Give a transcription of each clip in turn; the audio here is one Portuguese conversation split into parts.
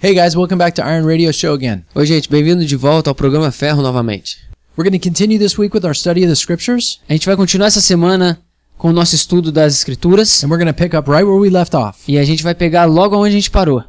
Hey guys, welcome back to Iron Radio Show again. Oi, gente, bem-vindo de volta ao programa Ferro novamente. We're going to continue this week with our study of the scriptures, A gente vai continuar essa semana com o nosso estudo das Escrituras and we're going to pick up right where we left off. e a gente vai pegar logo onde a gente parou.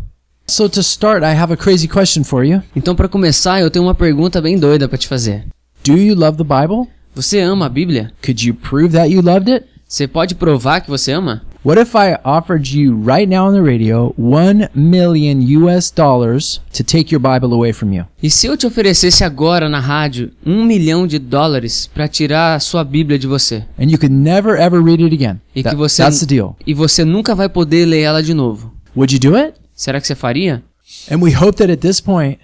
So, to start, I have a crazy question for you Então, para começar, eu tenho uma pergunta bem doida para te fazer. Do you love the Bible? Você ama a Bíblia? Could you prove that you loved it? Você pode provar que você ama? What if I offered you right now on the radio 1 million US dollars to take your Bible away from you? E se eu te oferecesse agora na rádio um milhão de dólares para tirar a sua Bíblia de você? And you could never ever read it again. E That- que você that's the deal. e você nunca vai poder ler ela de novo. Would you do it? Será que você faria? And we hope that at this point,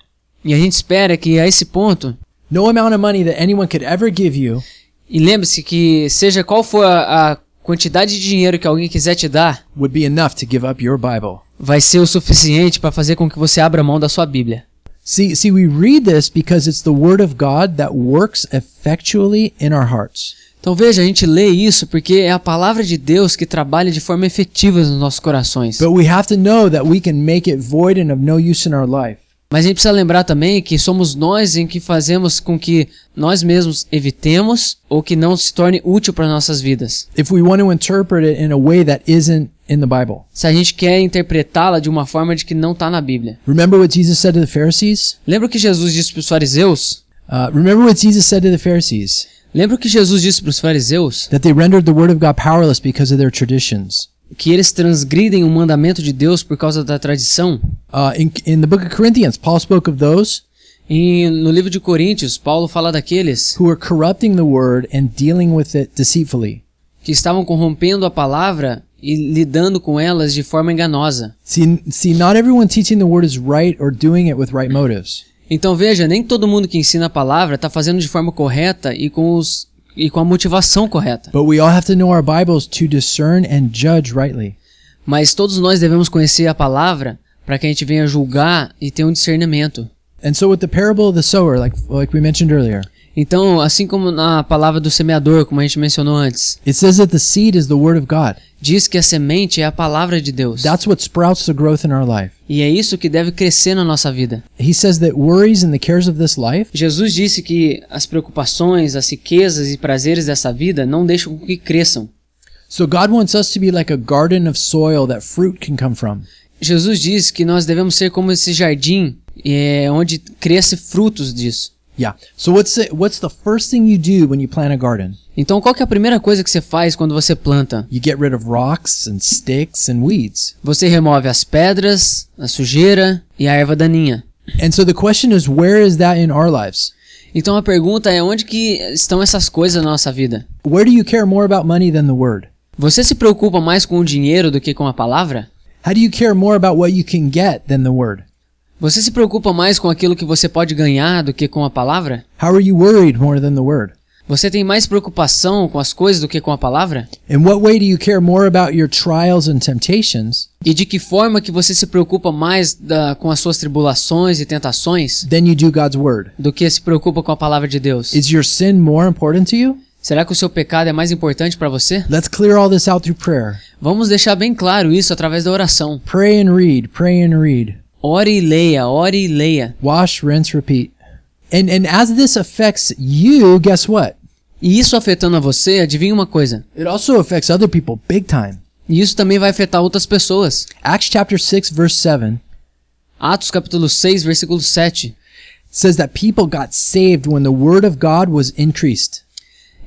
E a gente espera que a esse ponto no amount of money that anyone could ever give you E lembre-se que, seja qual for a, a quantidade de dinheiro que alguém quiser te dar, would be enough to give up your Bible. vai ser o suficiente para fazer com que você abra mão da sua Bíblia. See, see, we read this because it's the word of God that works effectually in our hearts. Então veja, a gente lê isso porque é a palavra de Deus que trabalha de forma efetiva nos nossos corações. But we have to know that we can make it void and of no use in our life. Mas a gente precisa lembrar também que somos nós em que fazemos com que nós mesmos evitemos ou que não se torne útil para nossas vidas. If we want to interpret it in a way that isn't in the Bible. Se a gente quer interpretá-la de uma forma de que não está na Bíblia. Remember what Jesus said to the Pharisees? Lembra o que Jesus disse para os fariseus? Uh, remember what Jesus said to the Pharisees? Lembra o que Jesus disse para os fariseus? That they rendered the word of God powerless because of their traditions. que eles transgridem o mandamento de Deus por causa da tradição. Uh, in, in the book of Corinthians, Paul spoke of those E no livro de Coríntios, Paulo fala daqueles who are corrupting the word and dealing with it deceitfully. que estavam corrompendo a palavra e lidando com elas de forma enganosa. See, see, not everyone teaching the word is right or doing it with right motives. Então veja, nem todo mundo que ensina a palavra está fazendo de forma correta e com, os, e com a motivação correta. But we all have to know our Bibles to discern and judge rightly. Mas todos nós devemos conhecer a palavra para que a gente venha julgar e ter um discernimento. And so with the parable of the sower, like like we mentioned earlier, Então, assim como na palavra do semeador, como a gente mencionou antes, it says that the seed is the word of God. diz que a semente é a palavra de Deus. That's what sprouts the growth in our life. E é isso que deve crescer na nossa vida. He says that worries and the cares of this life Jesus disse que as preocupações, as riquezas e prazeres dessa vida não deixam com que cresçam. so God wants us to be like a garden of soil that fruit can come from. Jesus disse que nós devemos ser como esse jardim é, onde cresce frutos disso. Yeah. So what's the, what's the first thing you do when you plant a garden? Então, qual que é a primeira coisa que você faz quando você planta? You get rid of rocks and sticks and weeds. Você remove as pedras, a sujeira e a erva daninha. And so the question is where is that in our lives? Então a pergunta é onde que estão essas coisas na nossa vida? Where do you care more about money than the word? Você se preocupa mais com o dinheiro do que com a palavra? How do you care more about what you can get than the word? Você se preocupa mais com aquilo que você pode ganhar do que com a palavra? How are you worried more than the word? Você tem mais preocupação com as coisas do que com a palavra? In what way do you care more about your trials and temptations E de que forma que você se preocupa mais da- com as suas tribulações e tentações than you do God's word? do que se preocupa com a palavra de Deus? Is your sin more important to you? Será que o seu pecado é mais importante para você? Let's clear all this out through prayer. Vamos deixar bem claro isso através da oração. Pray and read, pray and read. Ore e leia, ore e leia. Wash, rinse, repeat. And and as this affects you, guess what? E isso afetando a você, adivinha uma coisa? It also affects other people big time. E isso também vai afetar outras pessoas. Acts chapter 6 verse 7 Atos capítulo 6, versículo 7. says that people got saved when the word of God was increased.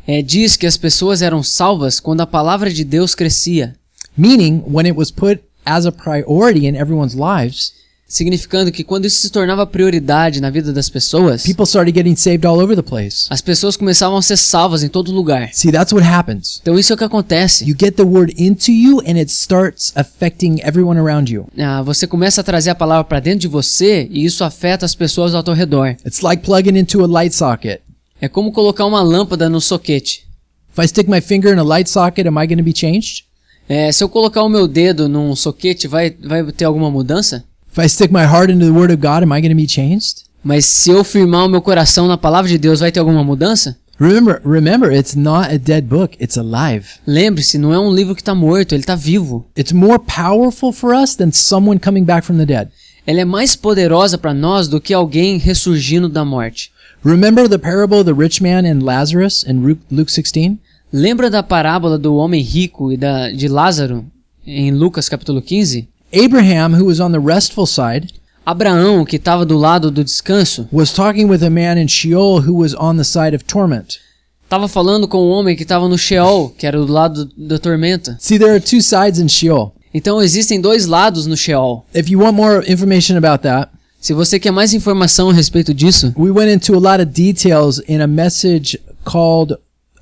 É, diz que as pessoas eram salvas quando a palavra de Deus crescia. Meaning, when it was put as a priority in everyone's lives, significando que quando isso se tornava prioridade na vida das pessoas, people started getting saved all over the place. as pessoas começavam a ser salvas em todo lugar. See, that's what happens. Então isso é o que acontece. You get the word into you and it starts affecting everyone around you. Ah, você começa a trazer a palavra para dentro de você e isso afeta as pessoas ao teu redor. It's like plugging into a light socket. É como colocar uma lâmpada no soquete. If I stick my finger in a light socket, am I going to be changed? É, se eu colocar o meu dedo num soquete, vai, vai ter alguma mudança? If I stick my heart into the word of God, am I going to be changed? Mas se eu firmar o meu coração na palavra de Deus, vai ter alguma mudança? Remember, remember, it's not a dead book, it's alive. Lembre-se, não é um livro que está morto, ele está vivo. It's more powerful for us than someone coming back from the dead. ela é mais poderosa para nós do que alguém ressurgindo da morte. Remember the parable of the rich man and Lazarus in Ru- Luke 16? Lembra da parábola do homem rico e da, de Lázaro em Lucas capítulo 15? Abraham, who was on the restful side, Abraão, que estava do lado do descanso, was talking with a man in Sheol who was on the side of torment. estava falando com o homem que estava no Sheol, que era do lado da tormenta. See, there are two sides in Sheol. Então existem dois lados no Sheol. If you want more information about that, Se você quer mais informação a respeito disso, we went into a lot of details in a message called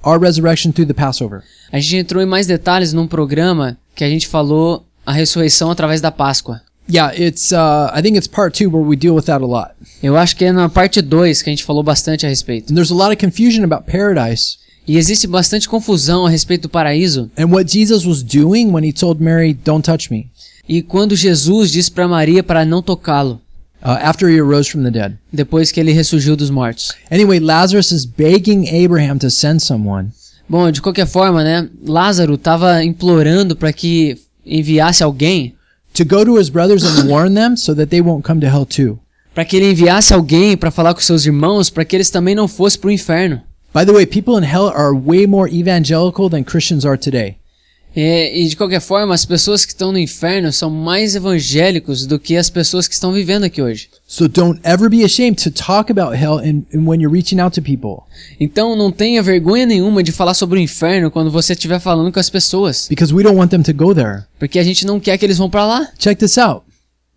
Our Resurrection Through the Passover. a gente entrou em mais detalhes num programa que a gente falou a ressurreição através da Páscoa. Yeah, it's uh, I think it's part two where we deal with that a lot. Eu acho que é na parte 2 que a gente falou bastante a respeito. And there's a lot of confusion about paradise E existe bastante confusão a respeito do paraíso. and what Jesus was doing when he told Mary, "Don't touch me," E quando Jesus diz para Maria para não tocá-lo, uh, after he arose from the dead. depois que ele ressurgiu dos mortos. Anyway, Lazarus is begging Abraham to send someone, Bom, de qualquer forma, né? Lázaro estava implorando para que enviasse alguém, to go to his brothers and warn them so that they won't come to hell too. para que ele enviasse alguém para falar com seus irmãos, para que eles também não fossem para o inferno. By the way, people in hell are way more evangelical than Christians are today. É, e de qualquer forma, as pessoas que estão no inferno são mais evangélicos do que as pessoas que estão vivendo aqui hoje. So don't ever be ashamed to talk about hell and, and when you're reaching out to people Então não tenha vergonha nenhuma de falar sobre o inferno quando você estiver falando com as pessoas, because we don't want them to go there. porque a gente não quer que eles vão para lá. Check this out.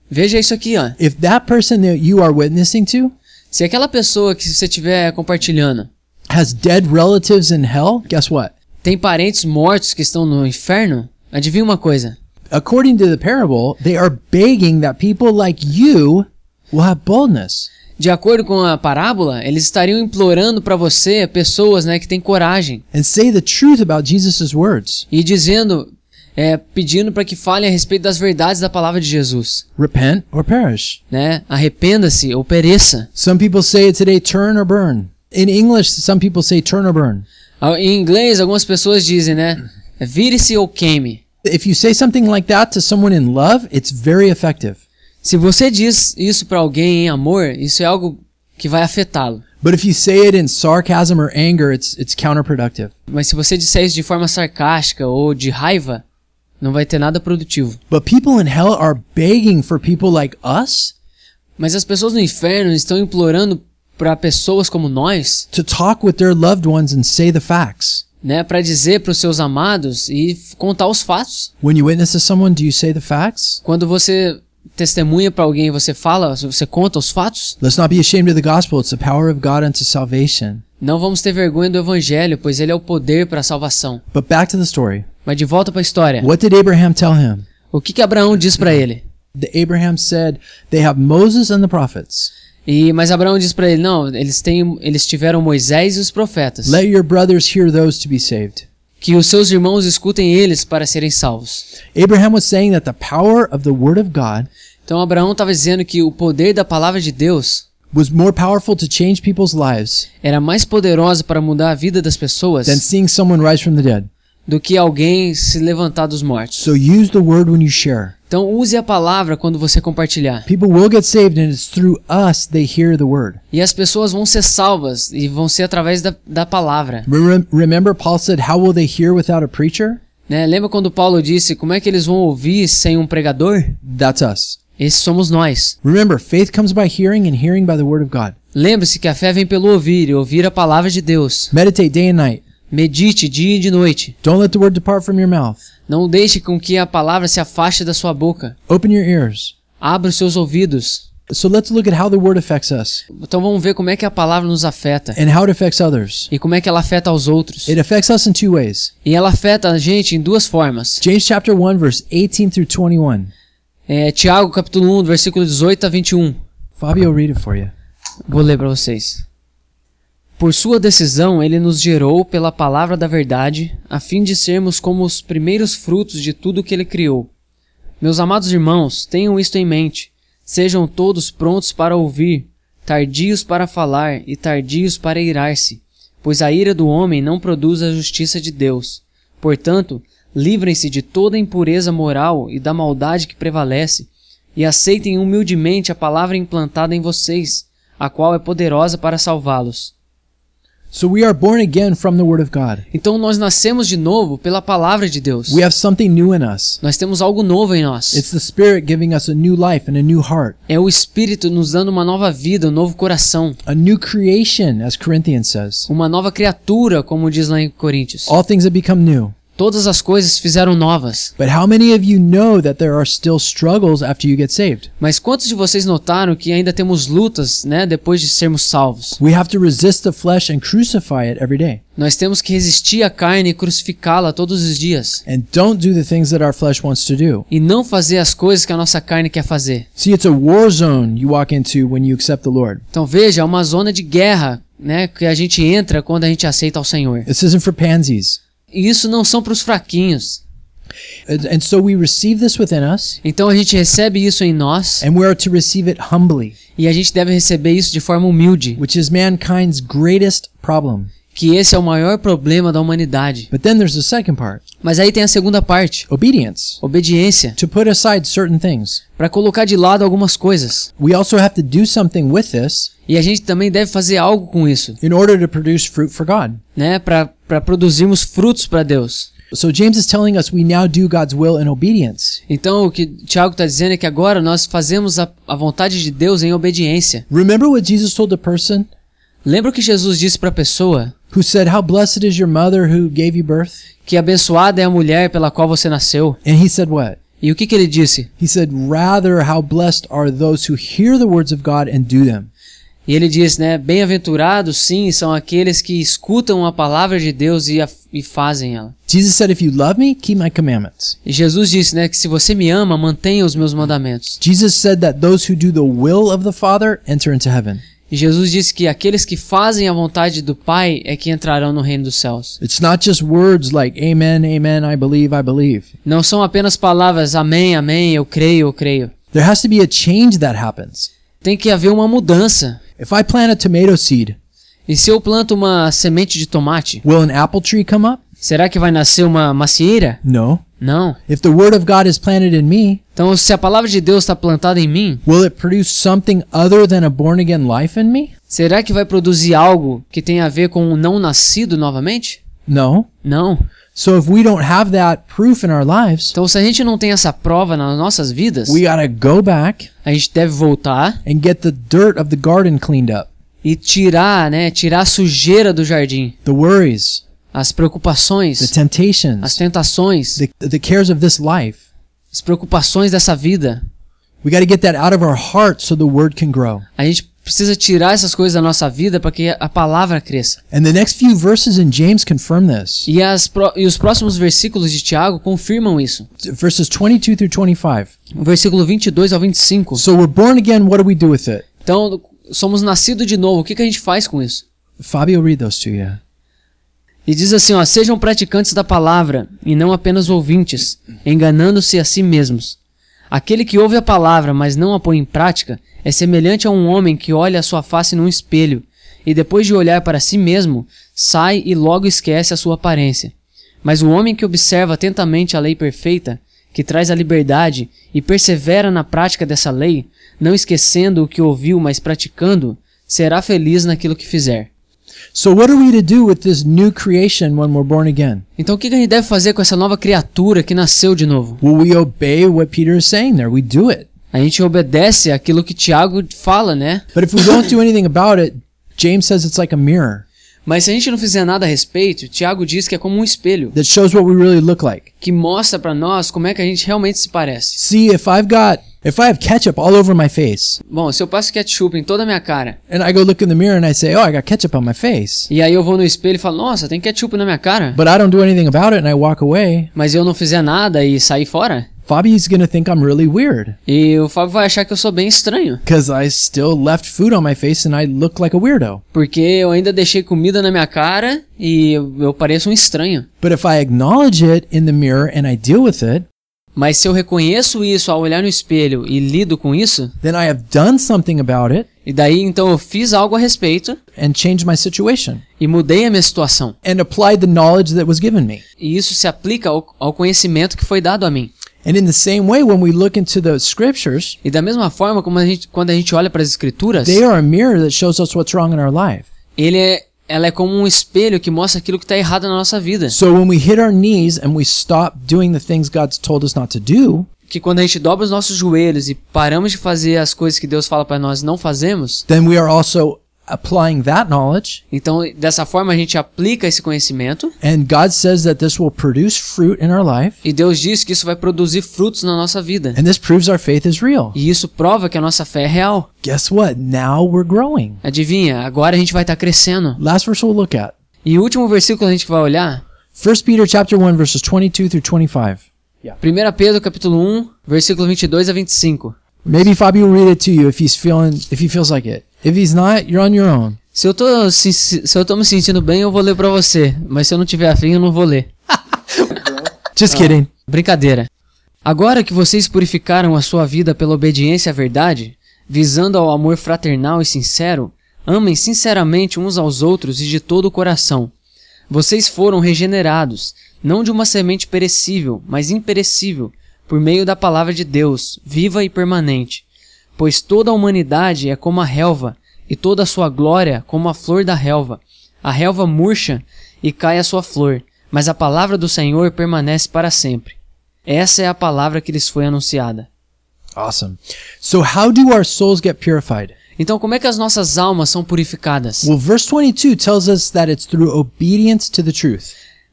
Veja isso aqui, ó. If that person that you are witnessing to Se aquela pessoa que você estiver compartilhando has dead relatives in hell, guess what? tem parentes mortos que estão no inferno, adivinha uma coisa? According to the parable, they are begging that people like you will have boldness. De acordo com a parábola, eles estariam implorando para você pessoas, né, que têm coragem and say the truth about Jesus' words. e dizendo, é, pedindo para que falem a respeito das verdades da palavra de Jesus, Repent or perish. né? Arrependa-se ou pereça. Some people say it today, turn or burn. In English, some people say turn or burn. Ah, Em inglês, algumas pessoas dizem, né, vire-se ou queime. If you say something like that to someone in love, it's very effective. Se você diz isso para alguém em amor, isso é algo que vai afetá-lo. But if you say it in sarcasm or anger, it's it's counterproductive. Mas se você disser isso de forma sarcástica ou de raiva, não vai ter nada produtivo. But people in hell are begging for people like us Mas as pessoas no inferno estão implorando para pessoas como nós, to talk with their loved ones and say the facts. né, para dizer para os seus amados e f- contar os fatos. When you witness to someone, do you say the facts? Quando você testemunha para alguém, você fala, você conta os fatos. Let's not be ashamed of the gospel. It's the power of God unto salvation. Não vamos ter vergonha do evangelho, pois ele é o poder para a salvação. But back to the story. Mas de volta para a história. What did Abraham tell him? O que que Abraão diz para ele? The Abraham said, "They have Moses and the prophets. E mas Abraão diz para ele: "Não, eles têm eles tiveram Moisés e os profetas. Let your brothers hear those to be saved." Que os seus irmãos escutem eles para serem salvos." Abraham was saying that the power of the word of God Então Abraão estava dizendo que o poder da palavra de Deus was more powerful to change people's lives era mais poderosa para mudar a vida das pessoas than seeing someone rise from the dead. do que alguém se levantar dos mortos. So use the word when you share. Então use a palavra quando você compartilhar. People will get saved and it's through us they hear the word. E as pessoas vão ser salvas e vão ser através da, da palavra. Re- Remember Paul said, "How will they hear without a preacher?" Né? Lembra quando Paulo disse: Como é que eles vão ouvir sem um pregador? That's us. Esses somos nós. Remember, faith comes by hearing and hearing by the word of God. Lembre-se que a fé vem pelo ouvir e ouvir a palavra de Deus. Meditate day and night. Medite dia e de noite. Don't let the word depart from your mouth. Não deixe com que a palavra se afaste da sua boca. Open your ears. Abra os seus ouvidos. So let's look at how the word affects us Então vamos ver como é que a palavra nos afeta and how it affects others. e como é que ela afeta aos outros. It affects us in two ways. E ela afeta a gente em duas formas. James chapter 1 verse 18 through 21. É, Tiago capítulo 1, versículo 18 a 21. Fabio will read it for you. Vou ler para vocês. Por sua decisão, ele nos gerou pela palavra da verdade, a fim de sermos como os primeiros frutos de tudo que ele criou. Meus amados irmãos, tenham isto em mente. Sejam todos prontos para ouvir, tardios para falar e tardios para irar-se, pois a ira do homem não produz a justiça de Deus. Portanto, livrem-se de toda impureza moral e da maldade que prevalece, e aceitem humildemente a palavra implantada em vocês, a qual é poderosa para salvá-los. So we are born again from the Word of God. Então nós nascemos de novo pela palavra de Deus. We have something new in us. Nós temos algo novo em nós. It's the Spirit giving us a new life and a new heart, É o Espírito nos dando uma nova vida, um novo coração, a new creation, as Corinthians says. uma nova criatura, como diz lá em Coríntios. All things have become new. Todas as coisas se fizeram novas. But how many of you know that there are still struggles after you get saved? Mas quantos de vocês notaram que ainda temos lutas, né, depois de sermos salvos? We have to resist the flesh and crucify it every day. Nós temos que resistir à carne e crucificá-la todos os dias And don't do the things that our flesh wants to do. e não fazer as coisas que a nossa carne quer fazer. See, it's a war zone you walk into when you accept the Lord. Então veja, é uma zona de guerra, né, que a gente entra quando a gente aceita ao Senhor. This isn't for pansies. E isso não são para os fraquinhos. And and so we receive this within us, Então a gente recebe isso em nós and we are to receive it humbly, e a gente deve receber isso de forma humilde, which is mankind's greatest problem. que esse é o maior problema da humanidade. But then there's the second part Mas aí tem a segunda parte, obedience. obediência, To put aside certain things. para colocar de lado algumas coisas. We also have to do something with this E a gente também deve fazer algo com isso, in order to produce fruit for God. né, para produzirmos frutos para Deus. So James is telling us we now do God's will in obedience. Então o que Tiago está dizendo é que agora nós fazemos a, a vontade de Deus em obediência. Remember what Jesus told the person Lembra o que Jesus disse para a pessoa who said, How blessed is your mother who gave you birth? que abençoada é a mulher pela qual você nasceu? And he said, What? E o que, que ele disse? He said, Rather, how blessed are those who hear the words of God and do them. E ele diz, né? Bem-aventurados, sim, são aqueles que escutam a palavra de Deus e, a- e fazem ela. Jesus said, If you love me, keep my commandments. E Jesus disse, né? Que se você me ama, mantenha os meus mandamentos. Jesus said that those who do the will of the Father enter into heaven. E Jesus disse que aqueles que fazem a vontade do Pai é que entrarão no reino dos céus. It's not just words like amen, amen, I believe, I believe. Não são apenas palavras, amém, amém, eu creio, eu creio. There has to be a change that happens. Tem que haver uma mudança. If I plant a tomato seed, E se eu planto uma semente de tomate, will an apple tree come up? será que vai nascer uma macieira? No. Não. If the word of God is planted in me, Então, se a palavra de Deus está plantada em mim, will it produce something other than a born again life in me? será que vai produzir algo que tem a ver com o não nascido novamente? No. Não. So if we don't have that proof in our lives, Então, se a gente não tem essa prova nas nossas vidas, we got to go back a gente deve voltar and get the dirt of the garden cleaned up, e tirar, né, tirar a sujeira do jardim, the worries, as the preocupações, as temptations, tentações, the, the cares of this life. as preocupações dessa vida. We got to get that out of our heart so the word can grow. A gente precisa tirar essas coisas da nossa vida para que a palavra cresça. And the next few verses in James confirm this. E, as pró- e os próximos versículos de Tiago confirmam isso. Verses 22 through 25. O versículo 22 ao 25. So we're born again, what do we do with it? Então, somos nascidos de novo. O que, que a gente faz com isso? Fabio, read those to you. E diz assim, ó, sejam praticantes da palavra e não apenas ouvintes, enganando-se a si mesmos. Aquele que ouve a palavra, mas não a põe em prática, é semelhante a um homem que olha a sua face num espelho e depois de olhar para si mesmo, sai e logo esquece a sua aparência. Mas o homem que observa atentamente a lei perfeita, que traz a liberdade e persevera na prática dessa lei, não esquecendo o que ouviu, mas praticando, será feliz naquilo que fizer. So what are we to do with this new creation when we're born again? Então o que que a gente deve fazer com essa nova criatura que nasceu de novo? Will we obey what Peter is saying there? We do it. A gente obedece aquilo que Tiago fala, né? But if we don't do anything about it, James says it's like a mirror Mas se a gente não fizer nada a respeito, Tiago diz que é como um espelho that shows what we really look like. que mostra pra nós como é que a gente realmente se parece. See, if I've got if I have ketchup all over my face Bom, se eu passo ketchup em toda a minha cara and I go look in the mirror and I say, "Oh, I got ketchup on my face." e aí eu vou no espelho e falo, nossa, tem ketchup na minha cara, But I don't do anything about it and I walk away, mas eu não fizer nada e sair fora, Fabi's going to think I'm really weird e o Fábio vai achar que eu sou bem estranho, cuz I still left food on my face and I look like a weirdo. porque eu ainda deixei comida na minha cara e eu eu pareço um estranho. But if I acknowledge it in the mirror and I deal with it, Mas se eu reconheço isso ao olhar no espelho e lido com isso, then I have done something about it e daí então eu fiz algo a respeito and changed my situation e mudei a minha situação. and applied the knowledge that was given me. E isso se aplica ao, ao conhecimento que foi dado a mim. And in the same way, when we look into the scriptures, E da mesma forma como a gente, quando a gente olha para as escrituras, they are a mirror that shows us what's wrong in our life. ele é, ela é como um espelho que mostra aquilo que está errado na nossa vida. So when we hit our knees and we stop doing the things God's told us not to do, Que quando a gente dobra os nossos joelhos e paramos de fazer as coisas que Deus fala para nós e não fazemos, then we are also applying that knowledge. então dessa forma a gente aplica esse conhecimento And God says that this will produce fruit in our life. e Deus diz que isso vai produzir frutos na nossa vida. And this proves our faith is real. E isso prova que a nossa fé é real. Guess what? Now we're growing. Adivinha, agora a gente vai estar crescendo. Last verse we'll look at. E o último versículo que a gente vai olhar, 1 Peter chapter 1 verses 22 through 25. 1 Pedro capítulo 1, versículo 22 a 25. Maybe Fabio will read it to you if he's feeling if he feels like it. If he's not, you're on your own. Se eu, tô, se, se se eu tô me sentindo bem, eu vou ler pra você. Mas se eu não tiver afim, eu não vou ler. Just kidding. Brincadeira. Agora que vocês purificaram a sua vida pela obediência à verdade, visando ao amor fraternal e sincero, amem sinceramente uns aos outros e de todo o coração. Vocês foram regenerados, não de uma semente perecível, mas imperecível, por meio da palavra de Deus, viva e permanente. Pois toda a humanidade é como a relva, e toda a sua glória como a flor da relva. A relva murcha e cai a sua flor, mas a palavra do Senhor permanece para sempre. Essa é a palavra que lhes foi anunciada. Awesome. So how do our souls get purified? Então, como é que as nossas almas são purificadas? Well, verse 22 tells us that it's through obedience to the truth.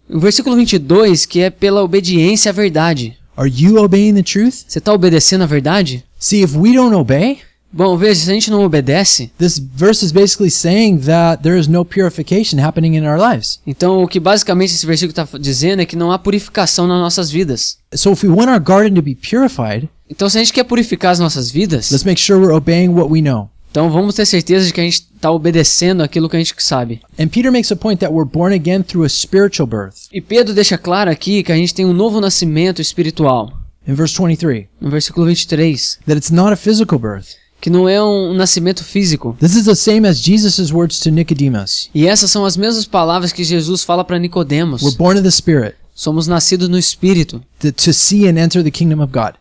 O versículo 22, que é pela obediência à verdade. Are you obeying the truth? Você está obedecendo à verdade? See, if we don't obey, Bom, veja, se a gente não obedece, this verse is basically saying that there is no purification happening in our lives. então o que basicamente esse versículo está dizendo é que não há purificação nas nossas vidas. So if we want our garden to be purified, Então, se a gente quer purificar as nossas vidas, let's make sure we're obeying what we know. então vamos ter certeza de que a gente está obedecendo aquilo que a gente sabe. And Peter makes a point that we're born again through a spiritual birth E Pedro deixa claro aqui que a gente tem um novo nascimento espiritual. in verse 23, No versículo 23, that it's not a physical birth. que não é um nascimento físico. This is the same as Jesus' words to Nicodemus. E essas são as mesmas palavras que Jesus fala para Nicodemos. We're born of the Spirit Somos nascidos no espírito to, to see and enter the kingdom of God.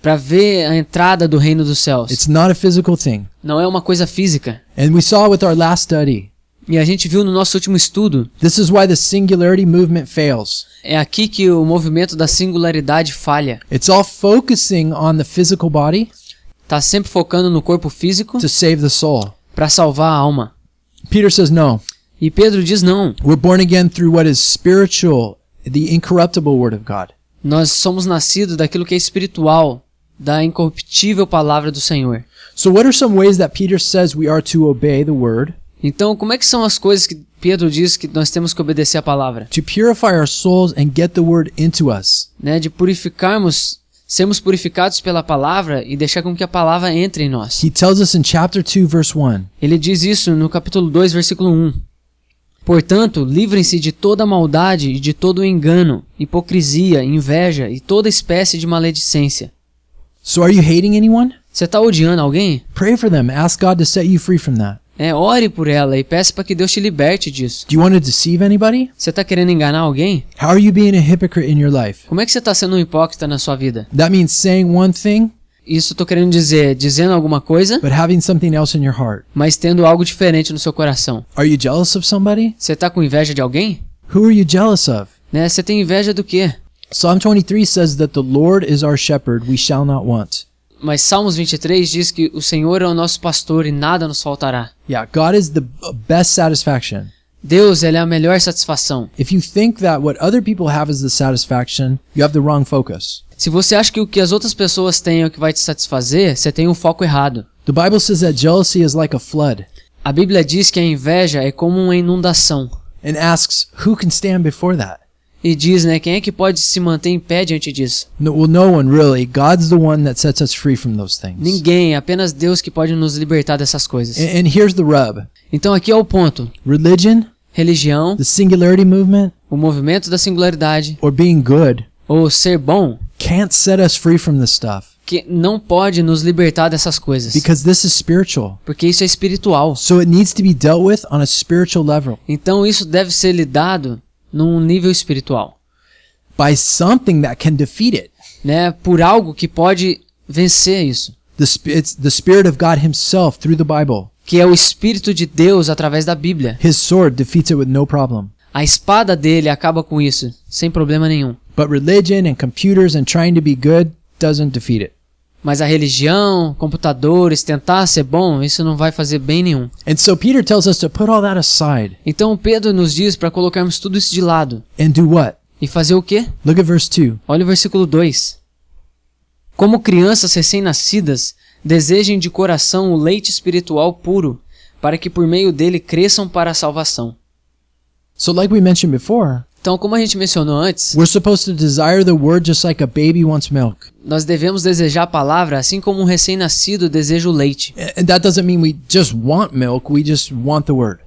para ver a entrada do reino dos céus. It's not a physical thing. Não é uma coisa física. And we saw with our last study. E a gente viu no nosso último estudo, This is why the singularity movement fails. é aqui que o movimento da singularidade falha. It's all focusing on the physical body Tá sempre focando no corpo físico to save the soul. para salvar a alma. Peter says, no, E Pedro diz não. we're born again through what is spiritual, the incorruptible word of God. Nós somos nascidos daquilo que é espiritual, da incorruptível palavra do Senhor. So, what are some ways that Peter says we are to obey the word Então, como é que são as coisas que Pedro diz que nós temos que obedecer à palavra? to purify our souls and get the word into us? né, de purificarmos, sermos purificados pela palavra e deixar com que a palavra entre em nós. He tells us in chapter 2, verse 1. Ele diz isso no capítulo 2, versículo 1. Portanto, livrem-se de toda maldade e de todo engano, hipocrisia, inveja e toda espécie de maledicência. So, are you hating anyone? Você está odiando alguém? Pray for them. Ask God to set you free from that. É, ore por ela e peça para que Deus te liberte disso. Do you want to deceive anybody? Você está querendo enganar alguém? How are you being a hypocrite in your life? Como é que você está sendo um hipócrita na sua vida? That means saying one thing, Isso eu tô querendo dizer, dizendo alguma coisa, but having something else in your heart. mas tendo algo diferente no seu coração. Are you jealous of somebody? Você está com inveja de alguém? Who are you jealous of? Né? Você tem inveja do quê? Psalm 23 says that the Lord is our shepherd, we shall not want. Mas Salmos 23 diz que o Senhor é o nosso pastor e nada nos faltará. Yeah, God is the b- best satisfaction. Deus, ele é a melhor satisfação. If you think that what other people have is the satisfaction, you have the wrong focus. Se você acha que o que as outras pessoas têm é o que vai te satisfazer, você tem um foco errado. The Bible says that jealousy is like a flood A Bíblia diz que a inveja é como uma inundação and asks, who can stand before that? e diz, né, quem é que pode se manter em pé diante disso? No, well, no one really. God's the one that sets us free from those things. Ninguém, apenas Deus que pode nos libertar dessas coisas. And, and here's the rub Então aqui é o ponto. religion, Religião, the singularity movement, o movimento da singularidade or being good ou ser bom can't set us free from this stuff que não pode nos libertar dessas coisas, because this is spiritual. porque isso é espiritual. So it needs to be dealt with on a spiritual level Então isso deve ser lidado num nível espiritual, by something that can defeat it. né, por algo que pode vencer isso, The, sp- it's the Spirit of God Himself through the Bible. que é o espírito de Deus através da Bíblia. His sword defeats it with no problem. A espada dele acaba com isso, sem problema nenhum. But religion and computers and trying to be good doesn't defeat it. Mas a religião, computadores, tentar ser bom, isso não vai fazer bem nenhum. And so Peter tells us to put all that aside Então Pedro nos diz para colocarmos tudo isso de lado and do what? e fazer o quê? Look at verse 2. Olha o versículo 2. Como crianças recém-nascidas, desejem de coração o leite espiritual puro, para que por meio dele cresçam para a salvação. So, like we mentioned before, Então, como a gente mencionou antes, we're supposed to desire the word just like a baby wants milk. nós devemos desejar a palavra assim como um recém-nascido deseja o leite. And that doesn't mean we just want milk, we just want the word.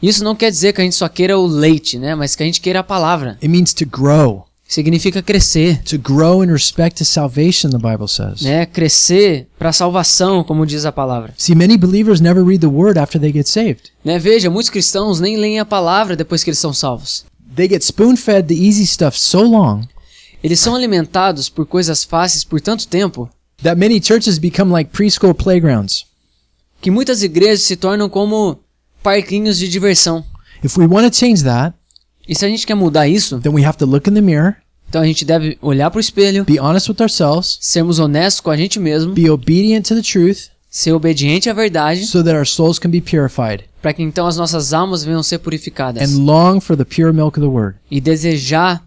Isso não quer dizer que a gente só queira o leite, né? Mas que a gente queira a palavra. It means to grow, Significa crescer, to grow in respect to salvation, the Bible says. né? Crescer para a salvação, como diz a palavra. See, many believers never read the word after they get saved. Né? Veja, muitos cristãos nem leem a palavra depois que eles são salvos. They get spoon fed the easy stuff so long Eles são alimentados por coisas fáceis por tanto tempo that many churches become like preschool playgrounds. que muitas igrejas se tornam como parquinhos de diversão. If we want to change that, E se a gente quer mudar isso, then we have to look in the mirror, então a gente deve olhar pro espelho, be honest with ourselves, sermos honestos com a gente mesmo, be obedient to the truth, ser obediente à verdade, so that our souls can be purified, para que então as nossas almas venham ser purificadas and long for the pure milk of the word. e desejar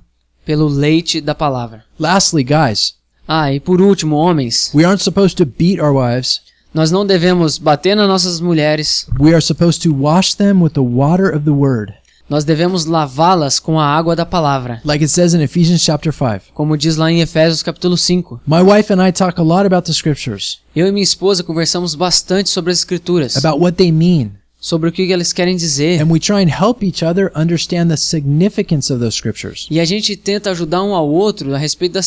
pelo leite da palavra. Lastly, guys, Ah, e por último, homens, we aren't supposed to beat our wives. nós não devemos bater nas nossas mulheres, We are supposed to wash them with the water of the word, nós devemos lavá-las com a água da palavra, like it says in Ephesians chapter 5. como diz lá em Efésios capítulo 5. My wife and I talk a lot about the scriptures, Eu e minha esposa conversamos bastante sobre as escrituras, about what they mean, sobre o que elas querem dizer, and we try and help each other understand the significance of those scriptures, e a gente tenta ajudar um ao outro a respeito da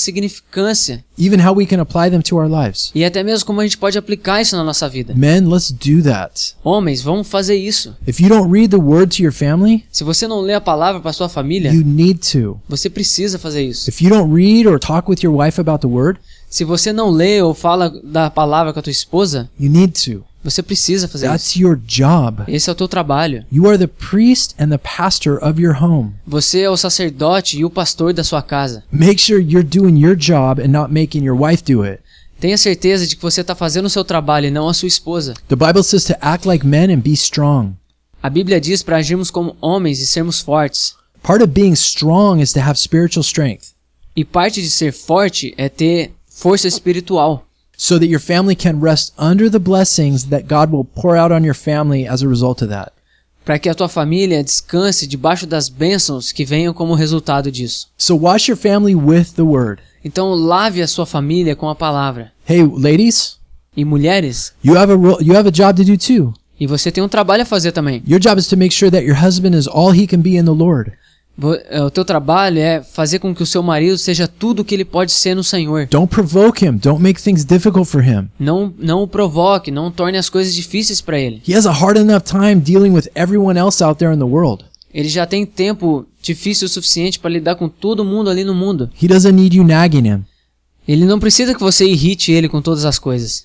significância even how we can apply them to our lives. e até mesmo como a gente pode aplicar isso na nossa vida. Men, let's do that. Homens, vamos fazer isso. If you don't read the word to your family, Se você não lê a palavra para sua família, you need to. você precisa fazer isso. If you don't read or talk with your wife about the word, Se você não lê ou fala da palavra com a tua esposa, you need to. você precisa fazer isso. That's your job. Esse é o teu trabalho. You are the priest and the pastor of your home. Você é o sacerdote e o pastor da sua casa. Make sure you're doing your job and not making your wife do it. Tenha certeza de que você está fazendo o seu trabalho e não a sua esposa. The Bible says to act like men and be strong. A Bíblia diz para agirmos como homens e sermos fortes. Part of being strong is to have spiritual strength E parte de ser forte é ter força espiritual, so that your family can rest under the blessings that God will pour out on your family as a result of that. para que a tua família descanse debaixo das bênçãos que venham como resultado disso. So wash your family with the word. Então lave a sua família com a palavra. Hey, ladies, E mulheres, you have a ro- you have a job to do too. e você tem um trabalho a fazer também. Your job is to make sure that your husband is all he can be in the Lord. Vo- é, O teu trabalho é fazer com que o seu marido seja tudo o que ele pode ser no Senhor. Don't provoke him. Don't make things difficult for him. Não, não o provoque, não torne as coisas difíceis para ele. He has a hard enough time dealing with everyone else out there in the world. Ele já tem tempo difícil o suficiente para lidar com todo mundo ali no mundo. He doesn't need you nagging him. Ele não precisa que você irrite ele com todas as coisas.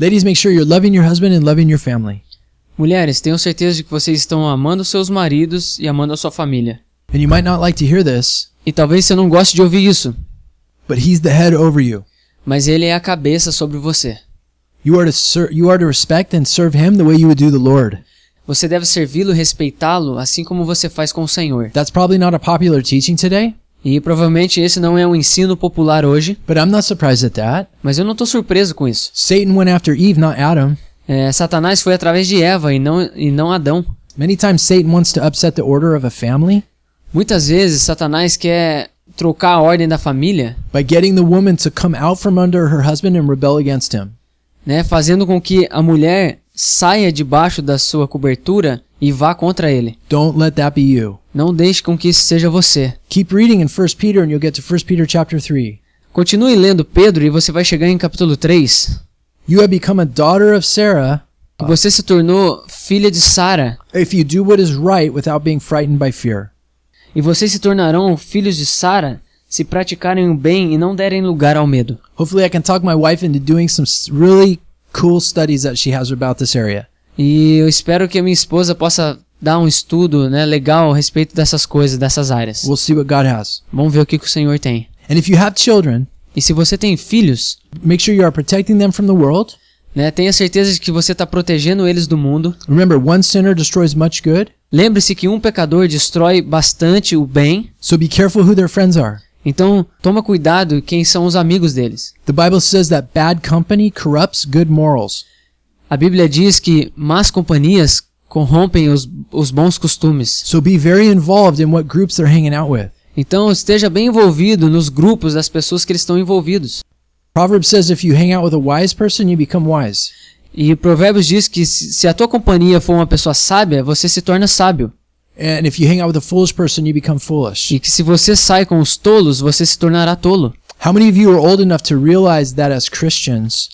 Ladies, make sure you're loving your husband and loving your family. Mulheres, tenho certeza de que vocês estão amando seus maridos e amando a sua família. And you might not like to hear this, E talvez você não goste de ouvir isso, but he's the head over you. mas ele é a cabeça sobre você. You are to ser- you are to respect and serve him the way you would do the Lord. Você deve servi-lo e respeitá-lo, assim como você faz com o Senhor. That's probably not a popular teaching today, E provavelmente esse não é um ensino popular hoje, but I'm not surprised at that. mas eu não estou surpreso com isso. Satan went after Eve, not Adam. É, Satanás foi através de Eva e não, e não Adão. Many times Satan wants to upset the order of a family Muitas vezes Satanás quer trocar a ordem da família, by getting the woman to come out from under her husband and rebel against him. né, fazendo com que a mulher saia debaixo da sua cobertura e vá contra ele. Don't let that be you. Não deixe com que isso seja você. Keep reading in 1 Peter and you'll get to 1 Peter chapter 3. Continue lendo Pedro e você vai chegar em capítulo 3. You have become a daughter of Sarah Que você se tornou filha de Sara, if you do what is right without being frightened by fear. e vocês se tornarão filhos de Sara se praticarem o bem e não derem lugar ao medo. Hopefully, I can talk my wife into doing some s- really cool studies that she has about this area. E eu espero que a minha esposa possa dar um estudo né, legal a respeito dessas coisas, dessas áreas. We'll see what God has. Vamos ver o que, que o Senhor tem. And if you have children, E se você tem filhos, make sure you are protecting them from the world. né, tenha certeza de que você está protegendo eles do mundo. Remember, one sinner destroys much good, Lembre-se que um pecador destrói bastante o bem. so be careful who their friends are. Então, toma cuidado quem são os amigos deles. The Bible says that bad company corrupts good morals. A Bíblia diz que más companhias corrompem os, os bons costumes. So be very involved in what groups they're hanging out with. Então, esteja bem envolvido nos grupos das pessoas que eles estão envolvidos. Proverbs says if you hang out with a wise person, you become wise. E Provérbios diz que se se a tua companhia for uma pessoa sábia, você se torna sábio. And if you hang out with a foolish person, you become foolish. E que se você sai com os tolos, você se tornará tolo. How many of you are old enough to realize that as Christians,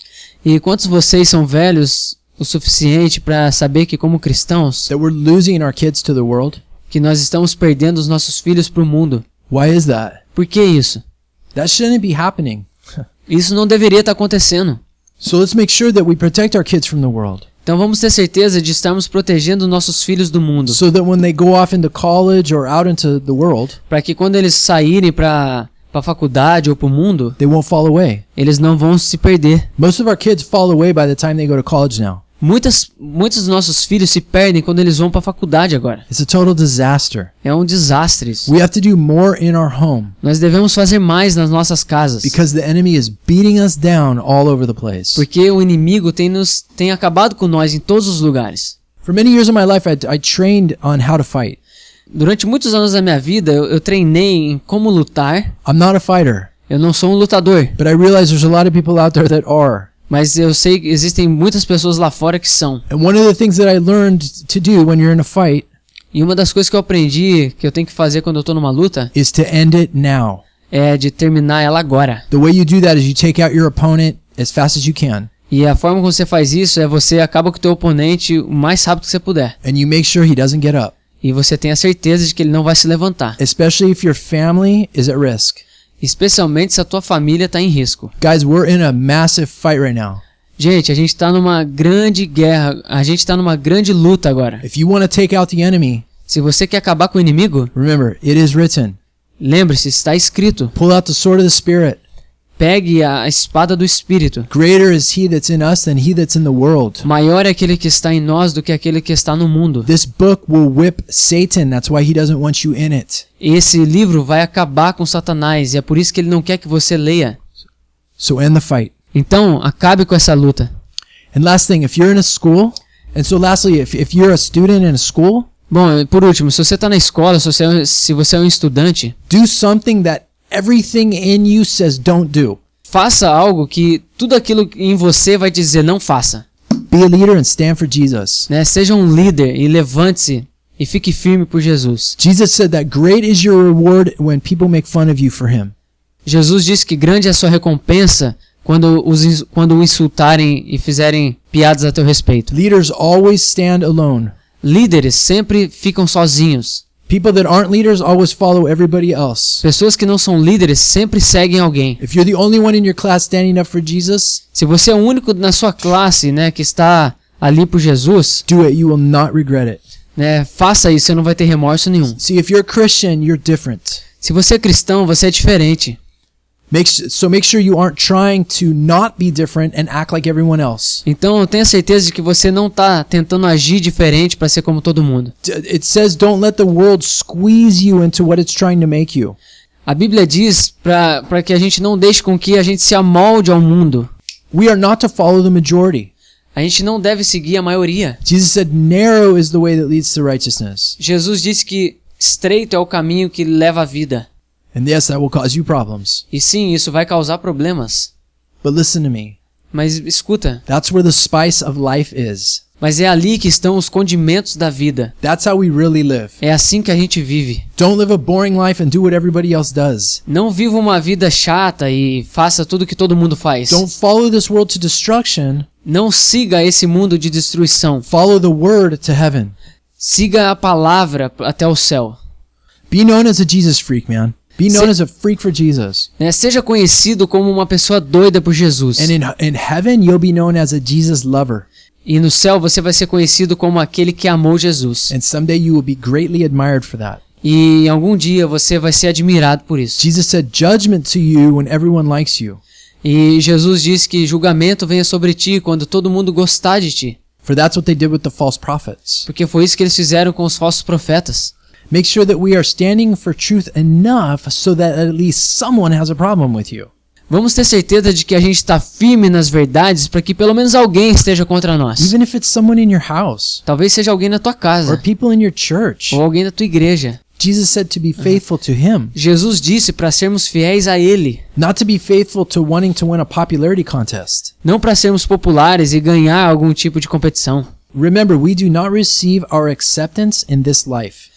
E quantos de vocês são velhos o suficiente para saber que como cristãos, that we're losing our kids to the world? que nós estamos perdendo os nossos filhos para o mundo? Why is that? Por que isso? That shouldn't be happening. Isso não deveria estar acontecendo. So let's make sure that we protect our kids from the world. Então vamos ter certeza de estarmos protegendo nossos filhos do mundo, So that when they go off into college or out into the world, para que quando eles saírem para a faculdade ou para o mundo, they won't fall away. eles não vão se perder. Most of our kids fall away by the time they go to college now. Muitas, muitos dos nossos filhos se perdem quando eles vão para a faculdade agora. It's a total disaster. É um desastre isso. We have to do more in our home Nós devemos fazer mais nas nossas casas. because the enemy is beating us down all over the place. Porque o inimigo tem, nos, tem acabado com nós em todos os lugares. For many years of my life, I, I trained on how to fight. Durante muitos anos da minha vida, eu, eu treinei em como lutar. I'm not a fighter, Eu não sou um lutador, but I realize there's a lot of people out there that are. mas eu sei que existem muitas pessoas lá fora que são. And one of the things that I learned to do when you're in a fight E uma das coisas que eu aprendi que eu tenho que fazer quando eu tô numa luta is to end it now. é de terminar ela agora. The way you do that is you take out your opponent as fast as you can E a forma como você faz isso é você acaba com o teu oponente o mais rápido que você puder. and you make sure he doesn't get up, E você tem a certeza de que ele não vai se levantar. especially if your family is at risk. Especialmente se a tua família tá em risco. Guys, we're in a massive fight right now. Gente, a gente tá numa grande guerra, a gente tá numa grande luta agora. If you want to take out the enemy, Se você quer acabar com o inimigo, remember, it is written lembre-se, está escrito: pull out the sword of the Spirit. pegue a espada do espírito. Greater is he that's in us than he that's in the world. Maior é aquele que está em nós do que aquele que está no mundo. This book will whip Satan. That's why he doesn't want you in it. Esse livro vai acabar com Satanás e é por isso que ele não quer que você leia. So end the fight. Então, acabe com essa luta. And last thing, if you're in a school, and so lastly, if, if you're a student in a school, Bom, e por último, se você está na escola, se você, é um- se você é um estudante, do something that everything in you says don't do. faça algo que tudo aquilo em você vai dizer não faça. Be a leader and stand for Jesus. Né? Seja um líder e levante-se e fique firme por Jesus. Jesus said that great is your reward when people make fun of you for him. Jesus disse que grande é a sua recompensa quando, os, ins- quando o insultarem e fizerem piadas a teu respeito. Leaders always stand alone. Líderes sempre ficam sozinhos. People that aren't leaders always follow everybody else. Pessoas que não são líderes sempre seguem alguém. If you're the only one in your class standing up for Jesus, Se você é o único na sua classe né, que está ali por Jesus, do it. You will not regret it. né, faça isso, você não vai ter remorso nenhum. See, if you're a Christian, you're different. Se você é cristão, você é diferente. Make s- so make sure you aren't trying to not be different and act like everyone else. Então eu tenho certeza de que você não está tentando agir diferente para ser como todo mundo. D- it says don't let the world squeeze you into what it's trying to make you. A Bíblia diz para que a gente não deixe com que a gente se amolde ao mundo. We are not to follow the majority. A gente não deve seguir a maioria. Jesus said, narrow is the way that leads to righteousness. Jesus disse que estreito é o caminho que leva à vida. And yes, that will cause you problems. E sim, isso vai causar problemas. But listen to me. Mas escuta, That's where the spice of life is. mas é ali que estão os condimentos da vida. That's how we really live. É assim que a gente vive. Don't live a boring life and do what everybody else does. Não viva uma vida chata e faça tudo que todo mundo faz. Don't follow this world to destruction. Não siga esse mundo de destruição. Follow the word to heaven. Siga a palavra até o céu. Be known as a Jesus freak, man. Be known Se- as a freak for Jesus. né? Seja conhecido como uma pessoa doida por Jesus. And in, in heaven, you'll be known as a Jesus lover. E no céu você vai ser conhecido como aquele que amou Jesus. And someday you will be greatly admired for that. E em algum dia você vai ser admirado por isso. Jesus said, Judgment to you when everyone likes you. E Jesus diz que julgamento venha sobre ti quando todo mundo gostar de ti. For that's what they did with the false prophets. Porque foi isso que eles fizeram com os falsos profetas. Make sure that we are standing for truth enough so that at least someone has a problem with you. Vamos ter certeza de que a gente está firme nas verdades para que pelo menos alguém esteja contra nós. Even if it's someone in your house Talvez seja alguém na tua or casa people in your church. ou alguém da tua igreja. Jesus said to be faithful to him, Jesus disse para sermos fiéis a Ele, not to be faithful to wanting to win a popularity contest. não para sermos populares e ganhar algum tipo de competição. Remember, we do not receive our acceptance in this life.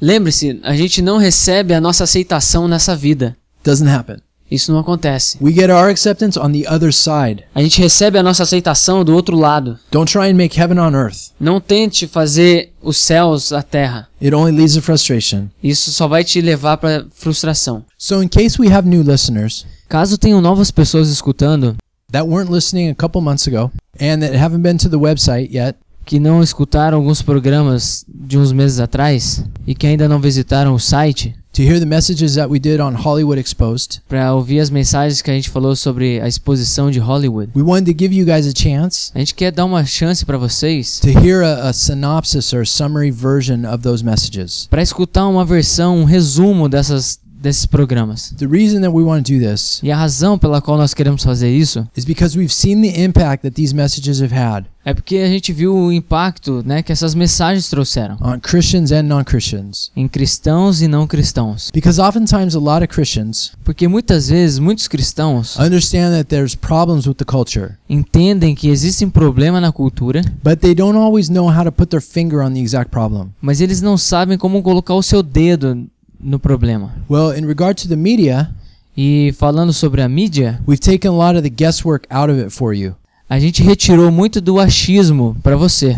Lembre-se, a gente não recebe a nossa aceitação nessa vida. Doesn't happen. Isso não acontece. We get our acceptance on the other side. A gente recebe a nossa aceitação do outro lado. Don't try and make heaven on earth. Não tente fazer os céus a terra. It only leads to frustration. Isso só vai te levar para frustração. So, in case we have new listeners Caso tenham novas pessoas escutando that weren't listening a couple months ago and that haven't been to the website yet, que não escutaram alguns programas de uns meses atrás e que ainda não visitaram o site to hear the messages that we did on Hollywood Exposed, para ouvir as mensagens que a gente falou sobre a exposição de Hollywood, we wanted to give you guys a chance a gente quer dar uma chance para vocês to hear a, a synopsis or summary version of those messages. para escutar uma versão, um resumo dessas desses programas. The reason that we want to do this E a razão pela qual nós queremos fazer isso is because we've seen the impact that these messages have had é porque a gente viu o impacto, né, que essas mensagens trouxeram on Christians and non Christians. em cristãos e não cristãos. Because oftentimes, a lot of Christians Porque muitas vezes muitos cristãos understand that there's problems with the culture, entendem que existe um problema na cultura, but they don't always know how to put their finger on the exact problem. mas eles não sabem como colocar o seu dedo no problema. Well, in regard to the media, E falando sobre a mídia, we've taken a lot of the guesswork out of it for you a gente retirou muito do achismo para você,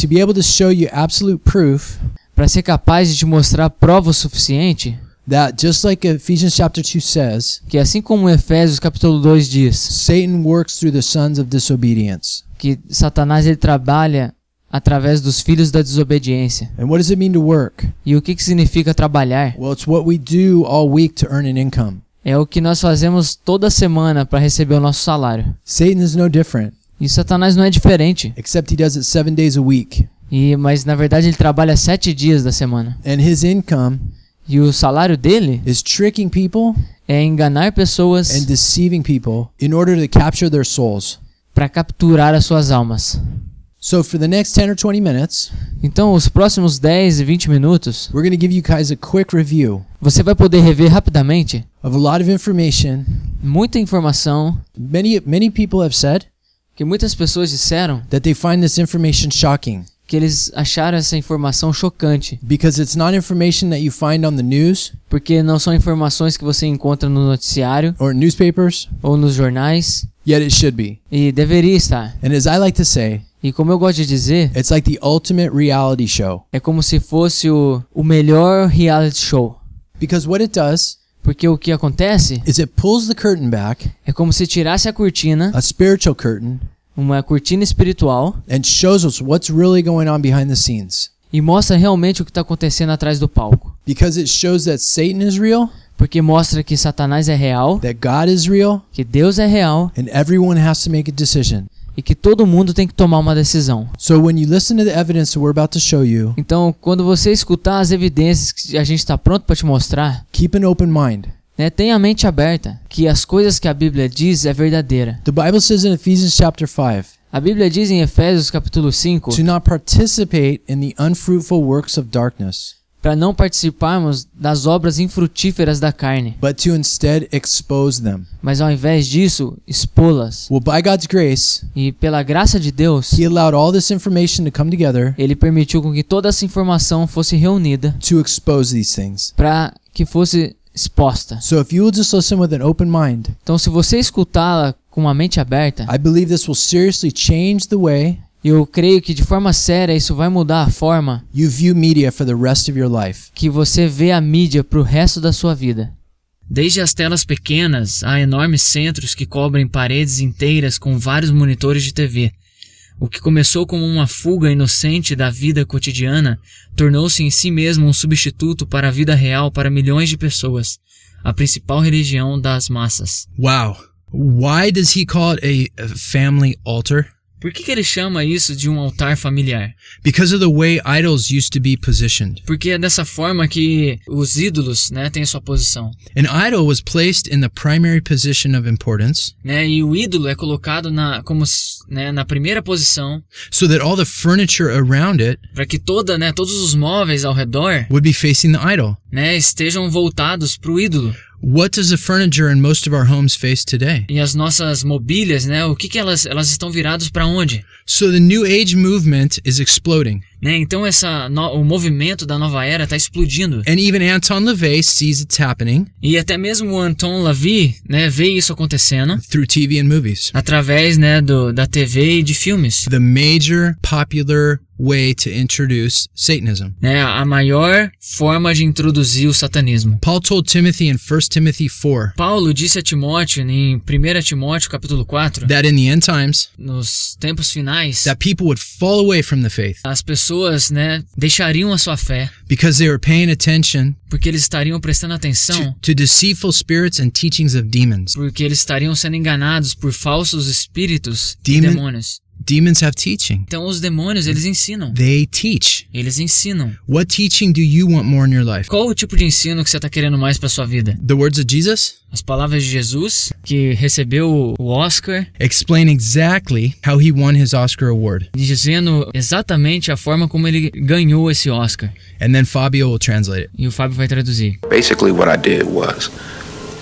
to be able to show you absolute proof para ser capaz de te mostrar prova o suficiente that just like Ephesians chapter 2 says, que assim como Efésios capítulo 2 diz, Satan works through the sons of disobedience. que Satanás ele trabalha através dos filhos da desobediência. And what does it mean to work? E o que, que significa trabalhar? Well, it's what we do all week to earn an income. É o que nós fazemos toda semana para receber o nosso salário. Satan is no different, E Satanás não é diferente. except he does it seven days a week. E mas na verdade ele trabalha sete dias da semana. And his income E o salário dele is tricking people é enganar and pessoas deceiving people in order to capture their souls. para capturar as suas almas. So, for the next 10 or 20 minutes, Então, os próximos 10 e 20 minutos, we're going to give you guys a quick review você vai poder rever rapidamente of a lot of information muita informação Many many people have said que muitas pessoas disseram that they find this information shocking que eles acharam essa informação chocante, because it's not information that you find on the news porque não são informações que você encontra no noticiário or in newspapers, ou nos jornais yet it should be. e deveria estar. And as I like to say, E como eu gosto de dizer, it's like the ultimate reality show é como se fosse o, o melhor reality show. because what it does Porque o que acontece is it pulls the curtain back, é como se tirasse a cortina, a spiritual curtain, uma cortina espiritual, and shows us what's really going on behind the scenes e mostra realmente o que está acontecendo atrás do palco. because it shows that Satan is real, Porque mostra que Satanás é real, that God is real, que Deus é real and everyone has to make a decision. e que todo mundo tem que tomar uma decisão. So when you listen to the evidence that we're about to show you, Então, quando você escutar as evidências que a gente está pronto para te mostrar, keep an open mind. né, tenha a mente aberta que as coisas que a Bíblia diz é verdadeira. The Bible says in Ephesians chapter 5 A Bíblia diz em Efésios capítulo 5 to not participate in the unfruitful works of darkness, para não participarmos das obras infrutíferas da carne, but to instead expose them. mas ao invés disso, expô-las. Well, by God's grace, E pela graça de Deus, He allowed all this information to come together ele permitiu com que toda essa informação fosse reunida to expose these things. para que fosse exposta. So if you will just listen with an open mind, Então, se você escutá-la com a mente aberta, I believe this will seriously change the way eu creio que de forma séria isso vai mudar a forma you view media for the rest of your life. que você vê a mídia pro resto da sua vida. Desde as telas pequenas a enormes centros que cobrem paredes inteiras com vários monitores de TV. O que começou como uma fuga inocente da vida cotidiana tornou-se em si mesmo um substituto para a vida real para milhões de pessoas, a principal religião das massas. Wow. Why does he call it a a family altar? Por que, que ele chama isso de um altar familiar? Because of the way idols used to be positioned. Porque é dessa forma que os ídolos né, têm sua posição. An idol was placed in the primary position of importance Né? E o ídolo é colocado na, como, s- né, na primeira posição so that all the furniture around it para que toda, né, todos os móveis ao redor would be facing the idol. né, estejam voltados para o ídolo. What does the furniture in most of our homes face today? E as nossas mobílias, né, o que, que elas, elas estão viradas para onde? So the new age movement is exploding. Né? Então essa no- o movimento da nova era está explodindo. And even Anton LaVey sees it's happening E até mesmo o Anton Lavie né, vê isso acontecendo through TV and movies. através né, do, da TV e de filmes. The major popular way to introduce Satanism. né, a maior forma de introduzir o satanismo. Paul told Timothy in 1 Timothy 4 Paulo disse a Timóteo em 1 Timóteo capítulo 4, that in the end times nos tempos finais, that people would fall away from the faith as pessoas, né, deixariam a sua fé, because they were paying attention porque eles estariam prestando to, atenção, to deceitful spirits and teachings of demons. porque eles estariam sendo enganados por falsos espíritos e Demon- demônios. Demons have teaching. Então os demônios, eles ensinam. They teach. Eles ensinam. What teaching do you want more in your life? Qual o tipo de ensino que você está querendo mais para sua vida? The words of Jesus As palavras de Jesus, que recebeu o Oscar, explain exactly how he won his Oscar award. dizendo exatamente a forma como ele ganhou esse Oscar. And then Fabio will translate it. E o Fábio vai traduzir. basically what I did was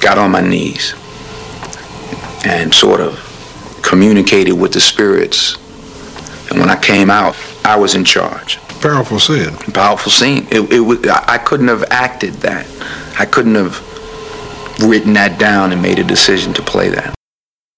got on my knees and sort of communicated with the spirits. And when I came out, I was in charge. Powerful said. Powerful scene. It, it was, I I couldn't have acted that. I couldn't have written that down and made a decision to play that.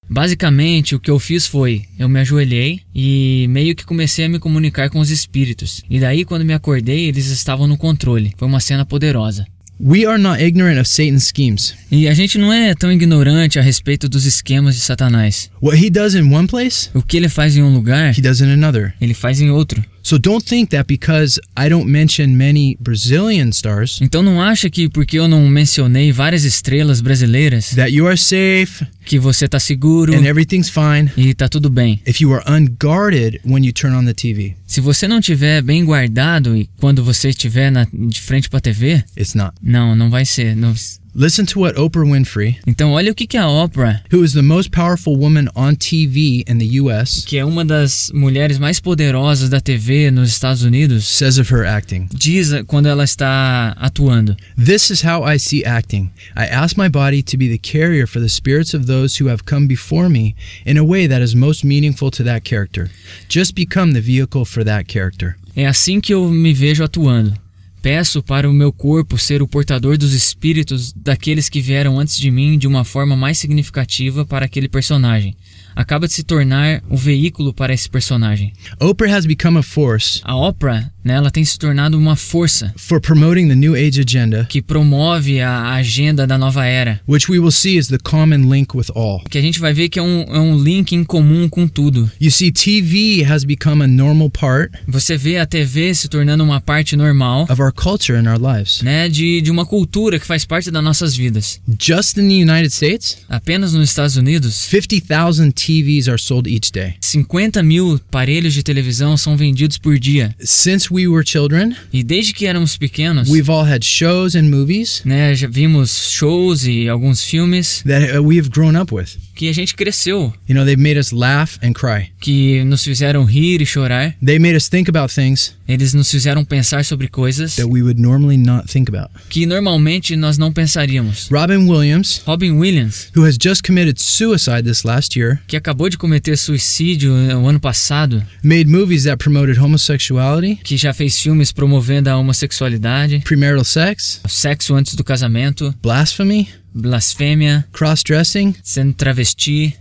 Basicamente, o que eu fiz foi, eu me ajoelhei e meio que comecei a me comunicar com os espíritos. E daí, quando me acordei, eles estavam no controle. Foi uma cena poderosa. We are not ignorant of Satan's schemes. E a gente não é tão ignorante a respeito dos esquemas de Satanás. What he does in one place, O que ele faz em um lugar, he does in another. ele faz em outro. So don't think that because I don't mention many Brazilian stars Então não acha que porque eu não mencionei várias estrelas brasileiras, that you are safe que você tá seguro and everything's fine e tá tudo bem. if you are unguarded when you turn on the TV. Se você não tiver bem guardado e quando você estiver na- de frente pra TV, It's not. não, não vai ser. não- Listen to what Oprah Winfrey, Então olha o que, que a Oprah, who is the most powerful woman on TV in the US, que é uma das mulheres mais poderosas da TV nos Estados Unidos, says of her acting. diz quando ela está atuando. This is how I see acting. I ask my body to be the carrier for the spirits of those who have come before me in a way that is most meaningful to that character. Just become the vehicle for that character. É assim que eu me vejo atuando. Peço para o meu corpo ser o portador dos espíritos daqueles que vieram antes de mim de uma forma mais significativa para aquele personagem. Acaba de se tornar o veículo para esse personagem. Oprah has become a force A Oprah, né, ela tem se tornado uma força for promoting the New Age agenda, que promove a agenda da nova era. which we will see is the common link with all. Que a gente vai ver que é um, é um link em comum com tudo. You see, TV has become a normal part Você vê a TV se tornando uma parte normal of our culture and our lives. né, de, de uma cultura que faz parte das nossas vidas. Just in the United States, Apenas nos Estados Unidos, 50,000 TVs are sold each day. 50 mil aparelhos de televisão são vendidos por dia. Since we were children, E desde que éramos pequenos, we've all had shows and movies né, já vimos shows e alguns filmes that uh, we have grown up with. que a gente cresceu, You know, they've made us laugh and cry. que nos fizeram rir e chorar. They made us think about things Eles nos fizeram pensar sobre coisas that we would normally not think about. que normalmente nós não pensaríamos. Robin Williams, Robin Williams, who has just committed suicide this last year, que acabou de cometer suicídio né, o ano passado, made movies that promoted homosexuality, que já fez filmes promovendo a homossexualidade, premarital sex, o sexo antes do casamento, blasphemy, blasfêmia, cross dressing, sendo travesti,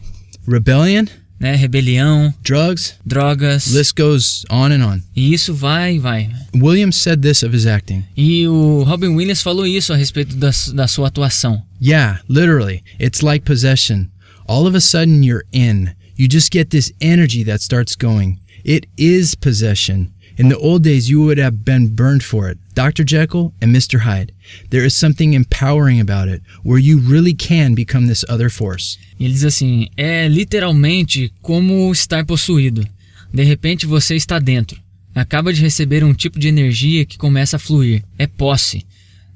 rebellion, né? Rebelião, drugs. drogas. List goes on and on. E isso vai e vai. Williams said this of his acting. E o Robin Williams falou isso a respeito da, su- da sua atuação. Yeah, literally. It's like possession. All of a sudden, you're in. You just get this energy that starts going. It is possession. In the old days, you would have been burned for it. Dr. Jekyll and Mr. Hyde. There is something empowering about it, where you really can become this other force. E ele diz assim: é literalmente como estar possuído. De repente você está dentro. Acaba de receber um tipo de energia que começa a fluir. É posse.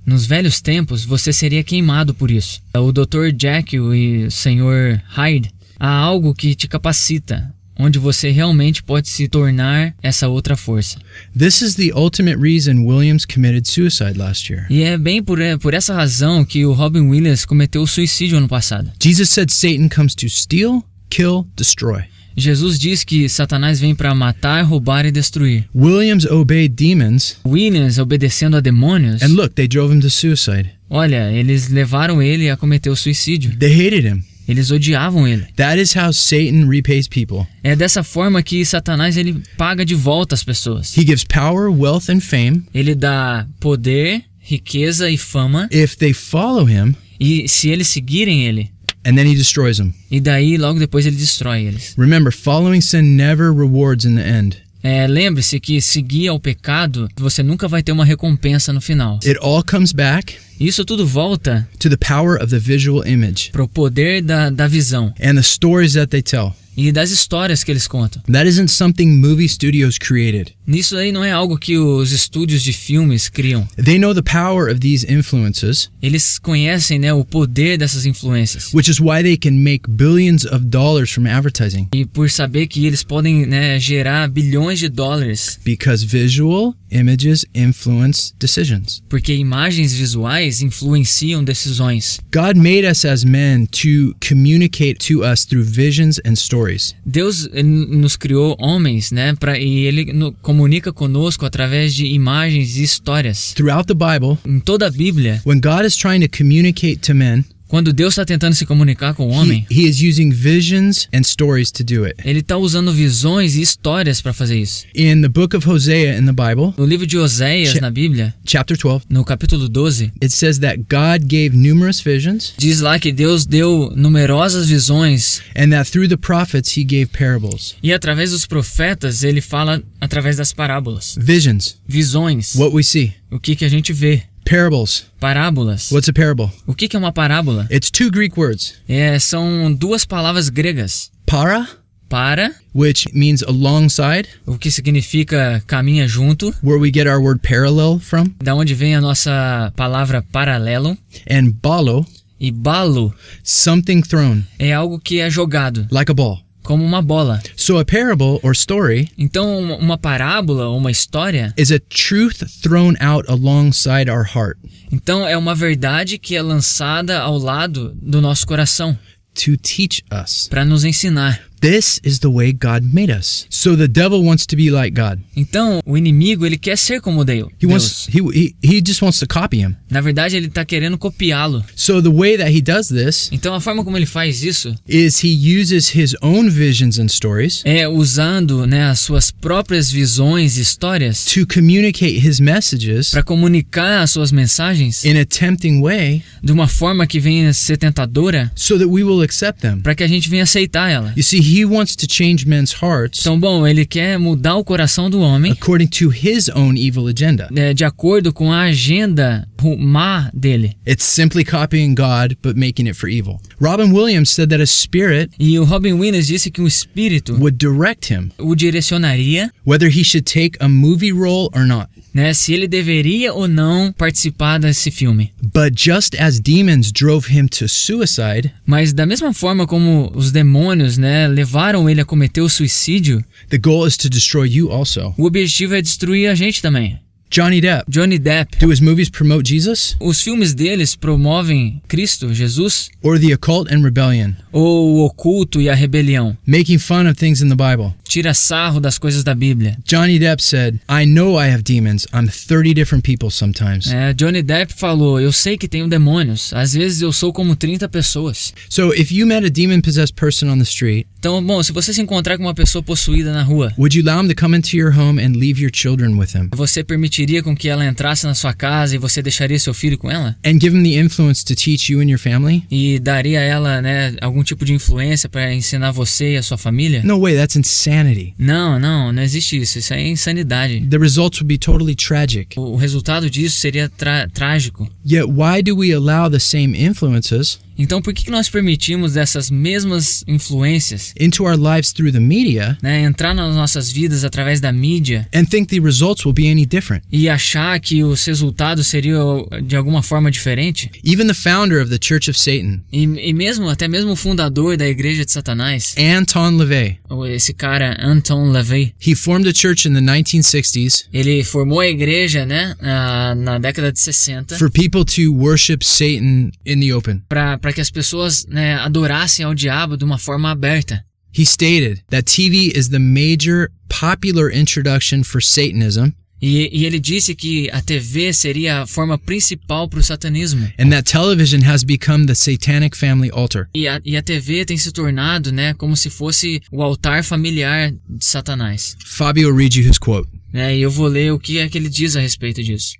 Nos velhos tempos, você seria queimado por isso. O Dr. Jekyll e o Sr. Hyde há algo que te capacita, onde você realmente pode se tornar essa outra força. This is the ultimate reason Williams committed suicide last year. E é bem por, é por essa razão que o Robin Williams cometeu o suicídio ano passado. Jesus said Satan comes to steal, kill, destroy. Jesus diz que Satanás vem para matar, roubar e destruir. Williams obeyed demons, Williams obedecendo a demônios, and look, they drove him to suicide. olha, eles levaram ele a cometer o suicídio. They hated him. Eles odiavam ele. That is how Satan repays people. É dessa forma que Satanás ele paga de volta as pessoas. He gives power, wealth, and fame. Ele dá poder, riqueza e fama, If they follow him, e se eles seguirem ele, and then he destroys them. e daí logo depois ele destrói eles. Remember, following sin never rewards in the end. É, lembre-se que seguir ao pecado, você nunca vai ter uma recompensa no final. It all comes back Isso tudo volta to the power of the visual image pro poder da, da visão and the stories that they tell. e das histórias que eles contam. That isn't something movie studios created. Nisso aí não é algo que os estúdios de filmes criam. They know the power of these influences, Eles conhecem né, o poder dessas influências. which is why they can make billions of dollars from advertising E por saber que eles podem né, gerar bilhões de dólares, because visual images influence decisions. porque imagens visuais influenciam decisões. God made us as men to communicate to us through visions and stories. Deus ele nos criou homens, né? Pra, e ele no- comunica conosco através de imagens e histórias. Throughout the Bible, Em toda a Bíblia, when God is trying to communicate to men, quando Deus está tentando se comunicar com o he, homem, he is using visions and stories to do it. ele está usando visões e histórias para fazer isso. In the book of Hosea in the Bible, No livro de Oséias, Che- na Bíblia, chapter 12, no capítulo 12, it says that God gave numerous visions Diz lá que Deus deu numerosas visões and that through the prophets he gave parables. e através dos profetas ele fala através das parábolas. Visions, Visões, what we see. o que que a gente vê? Parables, Parábolas. what's a parable? O que que é uma parábola? It's two Greek words, É, são duas palavras gregas. para, Para, which means alongside, o que significa caminha junto, where we get our word parallel from, da onde vem a nossa palavra paralelo, and balo, e balo something thrown, é algo que é jogado, like a ball. como uma bola. So a parable or story Então, uma- uma parábola ou uma história, is a truth thrown out alongside our heart então é uma verdade que é lançada ao lado do nosso coração. to teach us. para nos ensinar. This is the way God made us. So the devil wants to be like God. Então, o inimigo, ele quer ser como Deus. He wants Deus. he, he he just wants to copy him. Na verdade, ele tá querendo copiá-lo. So the way that he does this Então, a forma como ele faz isso is he uses his own visions and stories é usando, né, as suas próprias visões e histórias to communicate his messages para comunicar as suas mensagens in a tempting way de uma forma que venha ser tentadora so that we will accept them. para que a gente venha aceitar ela. You see he wants to change men's hearts Então, bom, ele quer mudar o coração do homem according to his own evil agenda. né, de acordo com a agenda ru- má dele. It's simply copying God but making it for evil. Robin Williams said that a spirit E o Robin Williams disse que um espírito would direct him o direcionaria whether he should take a movie role or not. né, se ele deveria ou não participar desse filme. But just as demons drove him to suicide, Mas da mesma forma como os demônios, né, levaram ele a cometer o suicídio, the goal is to destroy you also. o objetivo é destruir a gente também. Johnny Depp, Johnny Depp, do his movies promote Jesus os filmes deles promovem Cristo, Jesus, or the occult and rebellion, ou o oculto e a rebelião. making fun of things in the Bible? Tira sarro das coisas da Bíblia. Johnny Depp said, I know I have demons. I'm 30 different people sometimes. É, Johnny Depp falou: Eu sei que tenho demônios. Às vezes eu sou como 30 pessoas. So if you met a demon possessed person on the street, Então, bom, se você se encontrar com uma pessoa possuída na rua, Would you allow him to come into your home and leave your children with him? você permitiria com que ela entrasse na sua casa e você deixaria seu filho com ela? And give him the influence to teach you and your family? E daria a ela, né, algum tipo de influência para ensinar você e a sua família? No way, that's insanity. Não, não, não existe isso. Isso é insanidade. The results would be totally tragic. O o resultado disso seria tra- trágico. Yet, why do we allow the same influences Então, por que que nós permitimos essas mesmas influências into our lives through the media né, entrar nas nossas vidas através da mídia and think the results will be any different? e achar que os resultados seriam de alguma forma diferente? Even the founder of the Church of Satan, E, e mesmo, até mesmo o fundador da Igreja de Satanás, Anton LaVey, o- esse cara Anton LaVey, he formed a church in the 1960s ele formou a igreja né, na, na década de 60 for people to worship Satan in the open. para que as pessoas né, adorassem ao diabo de uma forma aberta. He stated that TV is the major popular introduction for Satanism E, e ele disse que a TV seria a forma principal para o satanismo. and that television has become the satanic family altar. E a, e a TV tem se tornado né, como se fosse o altar familiar de Satanás. Fabio will read you his quote. né? E eu vou ler o que é que ele diz a respeito disso.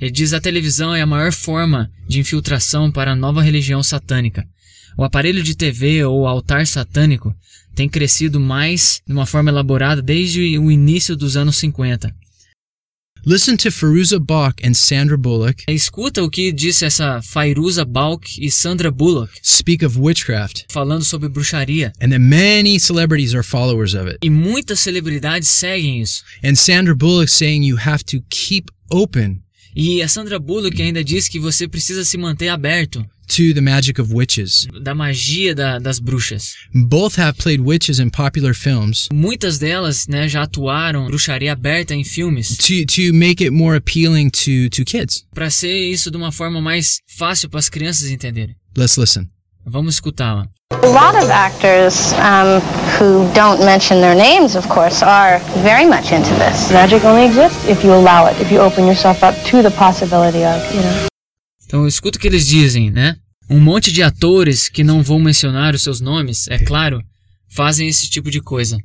Ele diz: a televisão é a maior forma de infiltração para a nova religião satânica. O aparelho de TV ou altar satânico tem crescido mais de uma forma elaborada desde o início dos anos 50. Listen to Feruza Balk and Sandra Bullock Escuta o que disse essa Fairuza Balk e Sandra Bullock speak of witchcraft falando sobre bruxaria. and that many celebrities are followers of it. E muitas celebridades seguem isso. And Sandra Bullock saying you have to keep open E a Sandra Bullock ainda diz que você precisa se manter aberto to the magic of witches. da magia da- das bruxas. Both have played witches in popular films Muitas delas, né, já atuaram bruxaria aberta em filmes to to make it more appealing to to kids. para ser isso de uma forma mais fácil para as crianças entenderem. Let's listen. Vamos escutá-la. A lot of actors um, who don't mention their names, of course, are very much into this. Magic only exists if you allow it, if you open yourself up to the possibility of, you know. Então escuta o que eles dizem, né? Um monte de atores que não vou mencionar os seus nomes, é claro, fazem esse tipo de coisa.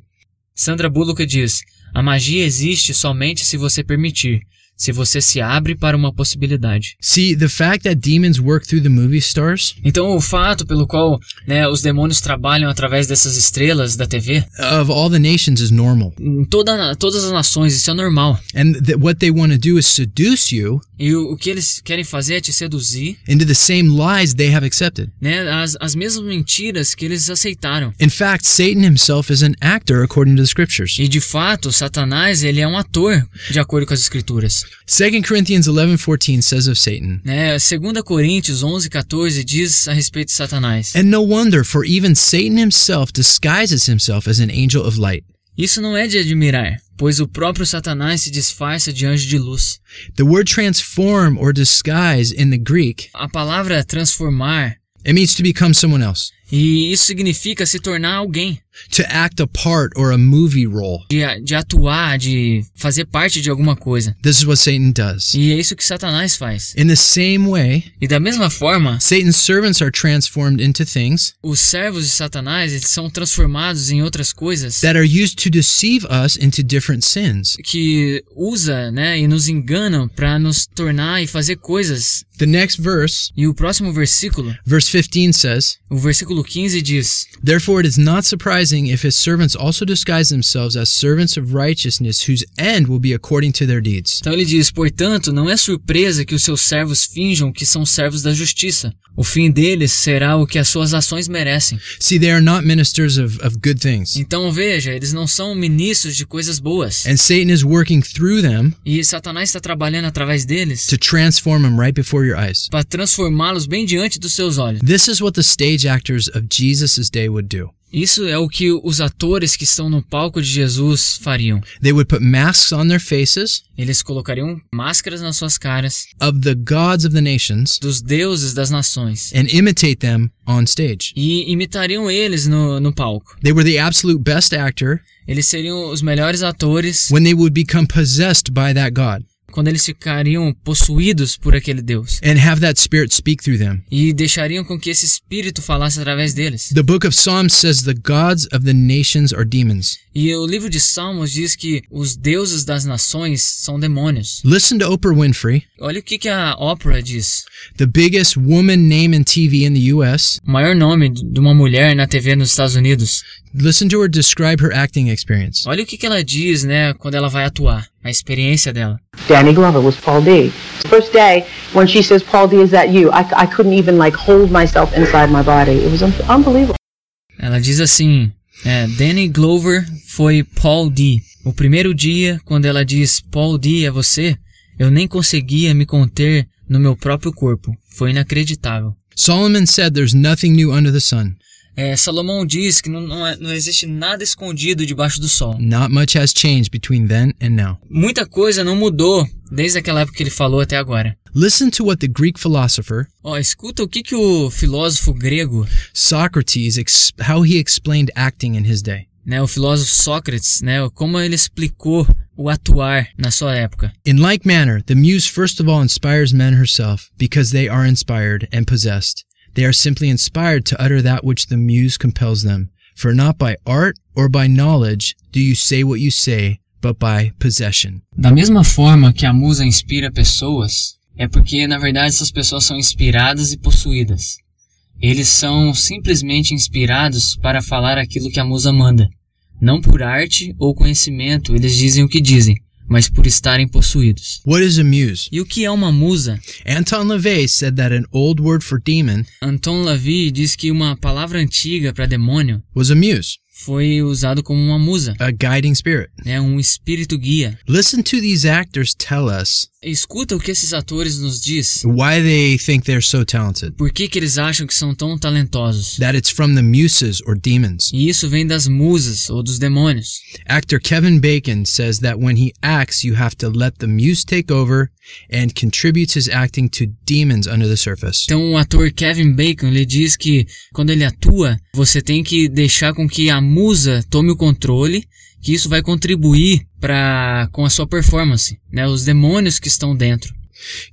Sandra Bullock diz: "A magia existe somente se você permitir, se você se abre para uma possibilidade." See, the fact that demons work through the movie stars Então o fato pelo qual, né, os demônios trabalham através dessas estrelas da TV of all the nations is normal. em toda, todas as nações, isso é normal. And that what they want to do is seduce you E o, o que eles querem fazer é te seduzir, into the same lies they have accepted. né? As, as mesmas mentiras que eles aceitaram. In fact, Satan himself is an actor according to the scriptures. E de fato, Satanás, ele é um ator, de acordo com as escrituras. 2 Corinthians 11:14 says of Satan, Né? 2 Coríntios 11, 14 diz a respeito de Satanás. and no wonder, for even Satan himself disguises himself as an angel of light. Isso não é de admirar, pois o próprio Satanás se disfarça de anjo de luz. The word transform or disguise in the Greek, A palavra transformar, it means to become someone else, e isso significa se tornar alguém, to act a part or a movie role. de, a- de atuar, de fazer parte de alguma coisa. This is what Satan does. E é isso que Satanás faz. In the same way, E da mesma forma, Satan's servants are transformed into things os servos de Satanás eles são transformados em outras coisas that are used to deceive us into different sins. que usa, né, e nos enganam para nos tornar e fazer coisas. The next verse, E o próximo versículo, verse 15 says, o versículo 15 diz: Therefore, it is not surprising if his servants also disguise themselves as servants of righteousness, whose end will be according to their deeds. Então ele diz: "Portanto, não é surpresa que os seus servos finjam que são servos da justiça. O fim deles será o que as suas ações merecem." See, they are not ministers of, of good things. Então veja, eles não são ministros de coisas boas. And Satan is working through them E Satanás está trabalhando através deles to transform them right before your eyes. para transformá-los bem diante dos seus olhos. This is what the stage actors of Jesus' day would do. Isso é o que os atores que estão no palco de Jesus fariam. They would put masks on their faces Eles colocariam máscaras nas suas caras of the gods of the nations dos deuses das nações and imitate them on stage. e imitariam eles no, no palco. They were the absolute best actor Eles seriam os melhores atores when they would become possessed by that god. quando eles ficariam possuídos por aquele Deus and have that spirit speak through them. e deixariam com que esse espírito falasse através deles. The book of Psalms says the gods of the nations are demons. E o livro de Salmos diz que os deuses das nações são demônios. Listen to Oprah Winfrey, Olha o que, que a Oprah diz. the biggest woman name in TV in the US. O maior nome de uma mulher na TV nos Estados Unidos. Listen to her describe her acting experience. Olha o que, que ela diz, né, quando ela vai atuar. A experiência dela. Danny Glover was Paul D. First day, when she says, Paul D, is that you? I, I couldn't even like hold myself inside my body. It was un- unbelievable. Ela diz assim: é, Danny Glover foi Paul D. O primeiro dia, quando ela diz Paul D é você, eu nem conseguia me conter no meu próprio corpo. Foi inacreditável. Solomon said there's nothing new under the sun. É, Salomão diz que não, não, é- não existe nada escondido debaixo do sol. Not much has changed between then and now. Muita coisa não mudou desde aquela época que ele falou até agora. Listen to what the Greek philosopher Ó, escuta o que, que o filósofo grego, Socrates ex- how he explained acting in his day. né, o filósofo Sócrates, né, como ele explicou o atuar na sua época. In like manner, the muse first of all inspires men herself, because they are inspired and possessed. They are simply inspired to utter that which the muse compels them. For not by art or by knowledge do you say what you say, but by possession. Da mesma forma que a musa inspira pessoas, é porque na verdade essas pessoas são inspiradas e possuídas. Eles são simplesmente inspirados para falar aquilo que a musa manda. Não por arte ou conhecimento eles dizem o que dizem, mas por estarem possuídos. What is a muse? E o que é uma musa? Anton LaVey said that an old word for demon Anton Lavey diz que uma palavra antiga para demônio was a muse, foi usado como uma musa, a guiding spirit. né, um espírito guia. Listen to these actors tell us Escuta o que esses atores nos diz. why they think they're so talented. Por que, que eles acham que são tão talentosos? That it's from the muses or demons. E isso vem das musas ou dos demônios. Actor Kevin Bacon says that when he acts, you have to let the muse take over and contributes his acting to demons under the surface. Então o ator Kevin Bacon ele diz que quando ele atua, você tem que deixar com que a musa tome o controle, que isso vai contribuir para com a sua performance, né? Os demônios que estão dentro.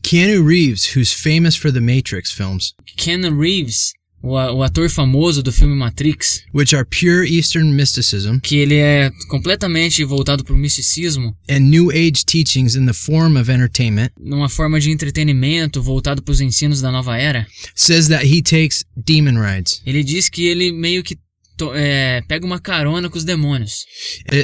Keanu Reeves, who's famous for the Matrix films, Ken Reeves, o, a- o ator famoso do filme Matrix, which are pure Eastern mysticism que ele é completamente voltado para o misticismo, and New Age teachings in the form of entertainment, numa forma de entretenimento voltado para os ensinos da nova era. says that he takes demon rides Ele diz que ele meio que to- é, pega uma carona com os demônios.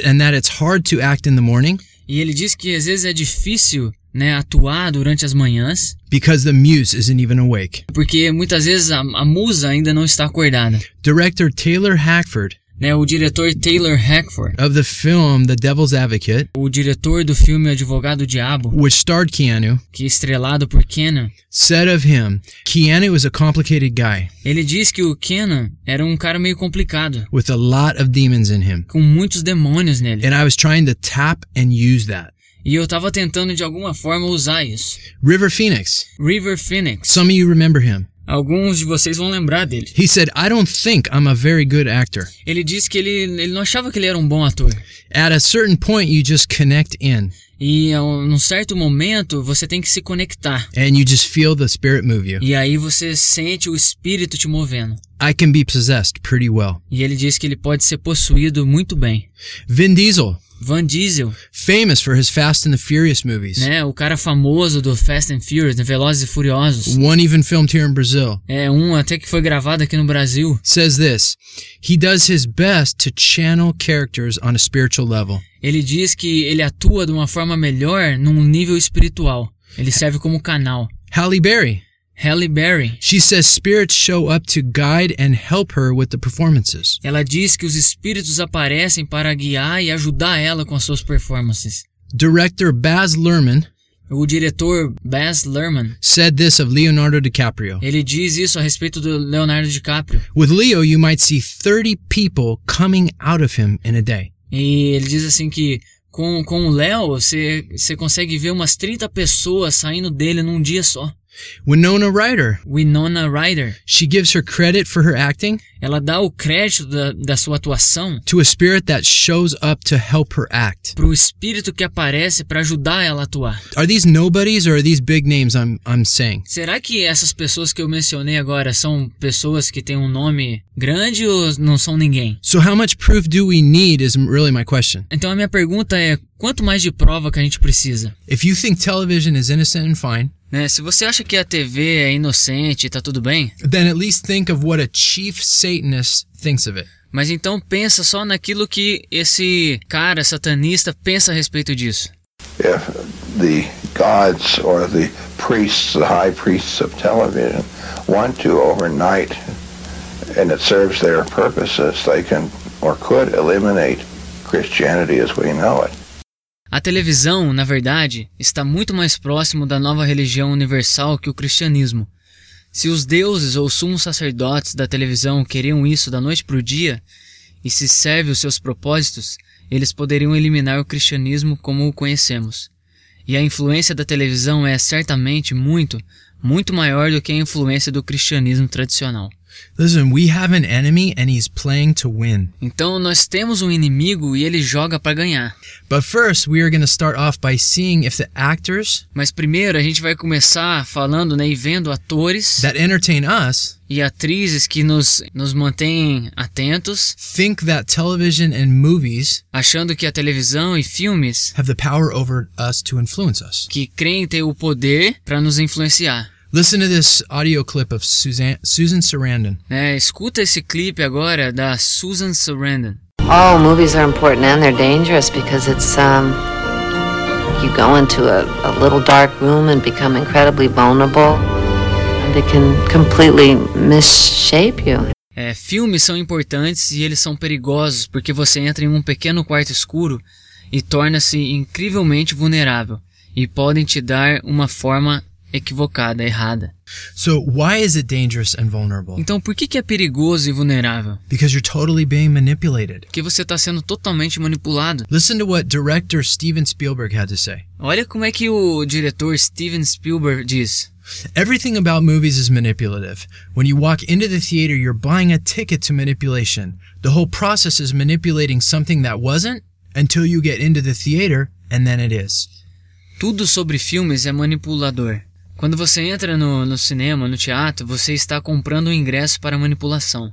and that it's hard to act in the morning E ele diz que às vezes é difícil né, atuar durante as manhãs, because the muse isn't even awake. porque muitas vezes a, a musa ainda não está acordada. Director Taylor Hackford Né, o diretor Taylor Hackford, of the film The Devil's Advocate, o diretor do filme Advogado Diabo, which starred Keanu, que é estrelado por Kenan, said of him, Keanu is a complicated guy ele diz que o Kenan era um cara meio complicado, with a lot of demons in him. com muitos demônios nele. And I was trying to tap and use that. E eu tava tentando de alguma forma usar isso. River Phoenix, River Phoenix. some of you remember him. Alguns de vocês vão lembrar dele. He said, I don't think I'm a very good actor. Ele disse que ele, ele não achava que ele era um bom ator. At a certain point, you just connect in E a um- num certo momento você tem que se conectar. and you just feel the spirit move you. E aí você sente o espírito te movendo. I can be possessed pretty well. E ele diz que ele pode ser possuído muito bem. Vin Diesel, Van Diesel, famous for his Fast and the Furious movies. né, o cara famoso do Fast and Furious, né, Velozes e Furiosos. One even filmed here in Brazil. É um até que foi gravado aqui no Brasil. Says this, he does his best to channel characters on a spiritual level. Ele diz que ele atua de uma forma melhor num nível espiritual. Ele serve como canal. Halle Berry, Halle Berry. She says spirits show up to guide and help her with the performances. Ela diz que os espíritos aparecem para guiar e ajudar ela com as suas performances. Director Baz Luhrmann O diretor Baz Luhrmann, said this of Leonardo DiCaprio. ele diz isso a respeito do Leonardo DiCaprio. With Leo, you might see 30 people coming out of him in a day. E ele diz assim que com, com o Léo, você, você consegue ver umas 30 pessoas saindo dele num dia só. Winona Ryder. Winona Ryder. She gives her credit for her acting Ela dá o crédito da, da sua atuação to a spirit that shows up to help her act. pro espírito que aparece para ajudar ela a atuar. Are these nobodies or are these big names I'm I'm saying? Será que essas pessoas que eu mencionei agora são pessoas que têm um nome grande ou não são ninguém? So how much proof do we need is really my question. Então a minha pergunta é: quanto mais de prova que a gente precisa? If you think television is innocent and fine, Né, Se você acha que a TV é inocente e tá tudo bem, then at least think of what a chief Satanist thinks of it. mas então pensa só naquilo que esse cara satanista pensa a respeito disso. if the gods or the priests, the high priests of television, want to overnight, and it serves their purposes, they can or could eliminate Christianity as we know it. A televisão, na verdade, está muito mais próximo da nova religião universal que o cristianismo. Se os deuses ou sumos sacerdotes da televisão queriam isso da noite para o dia, e se serve os seus propósitos, eles poderiam eliminar o cristianismo como o conhecemos. E a influência da televisão é certamente muito, muito maior do que a influência do cristianismo tradicional. Listen, we have an enemy and he's playing to win. Então nós temos um inimigo e ele joga para ganhar. But first, we are going to start off by seeing if the actors Mas primeiro a gente vai começar falando né, e vendo atores that entertain us e atrizes que nos, nos mantêm atentos, think that television and movies achando que a televisão e filmes have the power over us to influence us. que creem ter o poder para nos influenciar. Listen to this audio clip of Suzanne, Susan Sarandon. Né? Escuta esse clipe agora da Susan Sarandon. Oh, movies are important and they're dangerous because it's, um, you go into a, a little dark room and become incredibly vulnerable. And they can completely misshape you. É, filmes são importantes e eles são perigosos porque você entra em um pequeno quarto escuro e torna-se incrivelmente vulnerável e podem te dar uma forma equivocada, errada. So, why is it dangerous and vulnerable? Então, por que, que é perigoso e vulnerável? Because you're totally being manipulated. Porque você está sendo totalmente manipulado. Listen to what director Steven Spielberg had to say. Olha como é que o diretor Steven Spielberg diz. Everything about movies is manipulative. When you walk into the theater, you're buying a ticket to manipulation. The whole process is manipulating something that wasn't until you get into the theater, and then it is. Tudo sobre filmes é manipulador. Quando você entra no, no cinema, no teatro, você está comprando um ingresso para manipulação.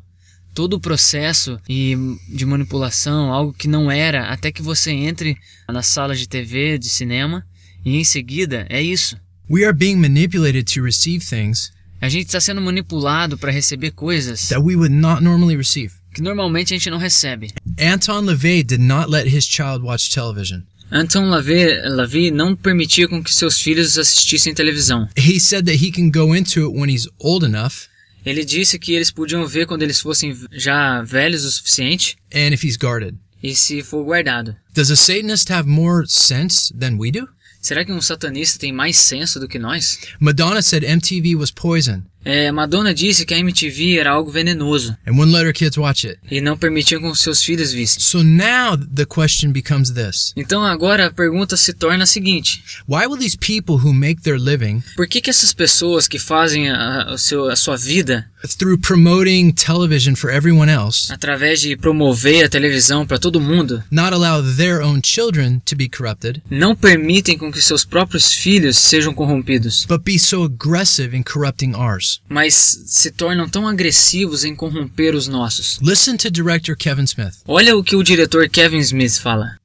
Todo o processo e de manipulação, algo que não era, até que você entre na sala de TV, de cinema, e em seguida é isso. We are being manipulated to receive things A gente está sendo manipulado para receber coisas that we would not normally receive. que normalmente a gente não recebe. Anton LaVey did not let his child watch television. Anton LaVey, LaVey não permitia com que seus filhos assistissem televisão. He said that he can go into it when he's old enough Ele disse que eles podiam ver quando eles fossem já velhos o suficiente and if he's guarded. e se for guardado. Does a Satanist have more sense than we do? Será que um satanista tem mais senso do que nós? Madonna said MTV was poison, É, Madonna disse que a MTV era algo venenoso and wouldn't let her kids watch it. e não permitia com que seus filhos vissem. So now the question becomes this Então agora a pergunta se torna a seguinte: Why will these people who make their living por que, que essas pessoas que fazem a, a- o seu, a sua vida through promoting television for everyone else através de promover a televisão para todo mundo not allow their own children to be corrupted, não permitem com que seus próprios filhos sejam corrompidos? but be so aggressive in corrupting ours? mas se tornam tão agressivos em corromper os nossos. Listen to director Kevin Smith. Olha o que o diretor Kevin Smith fala.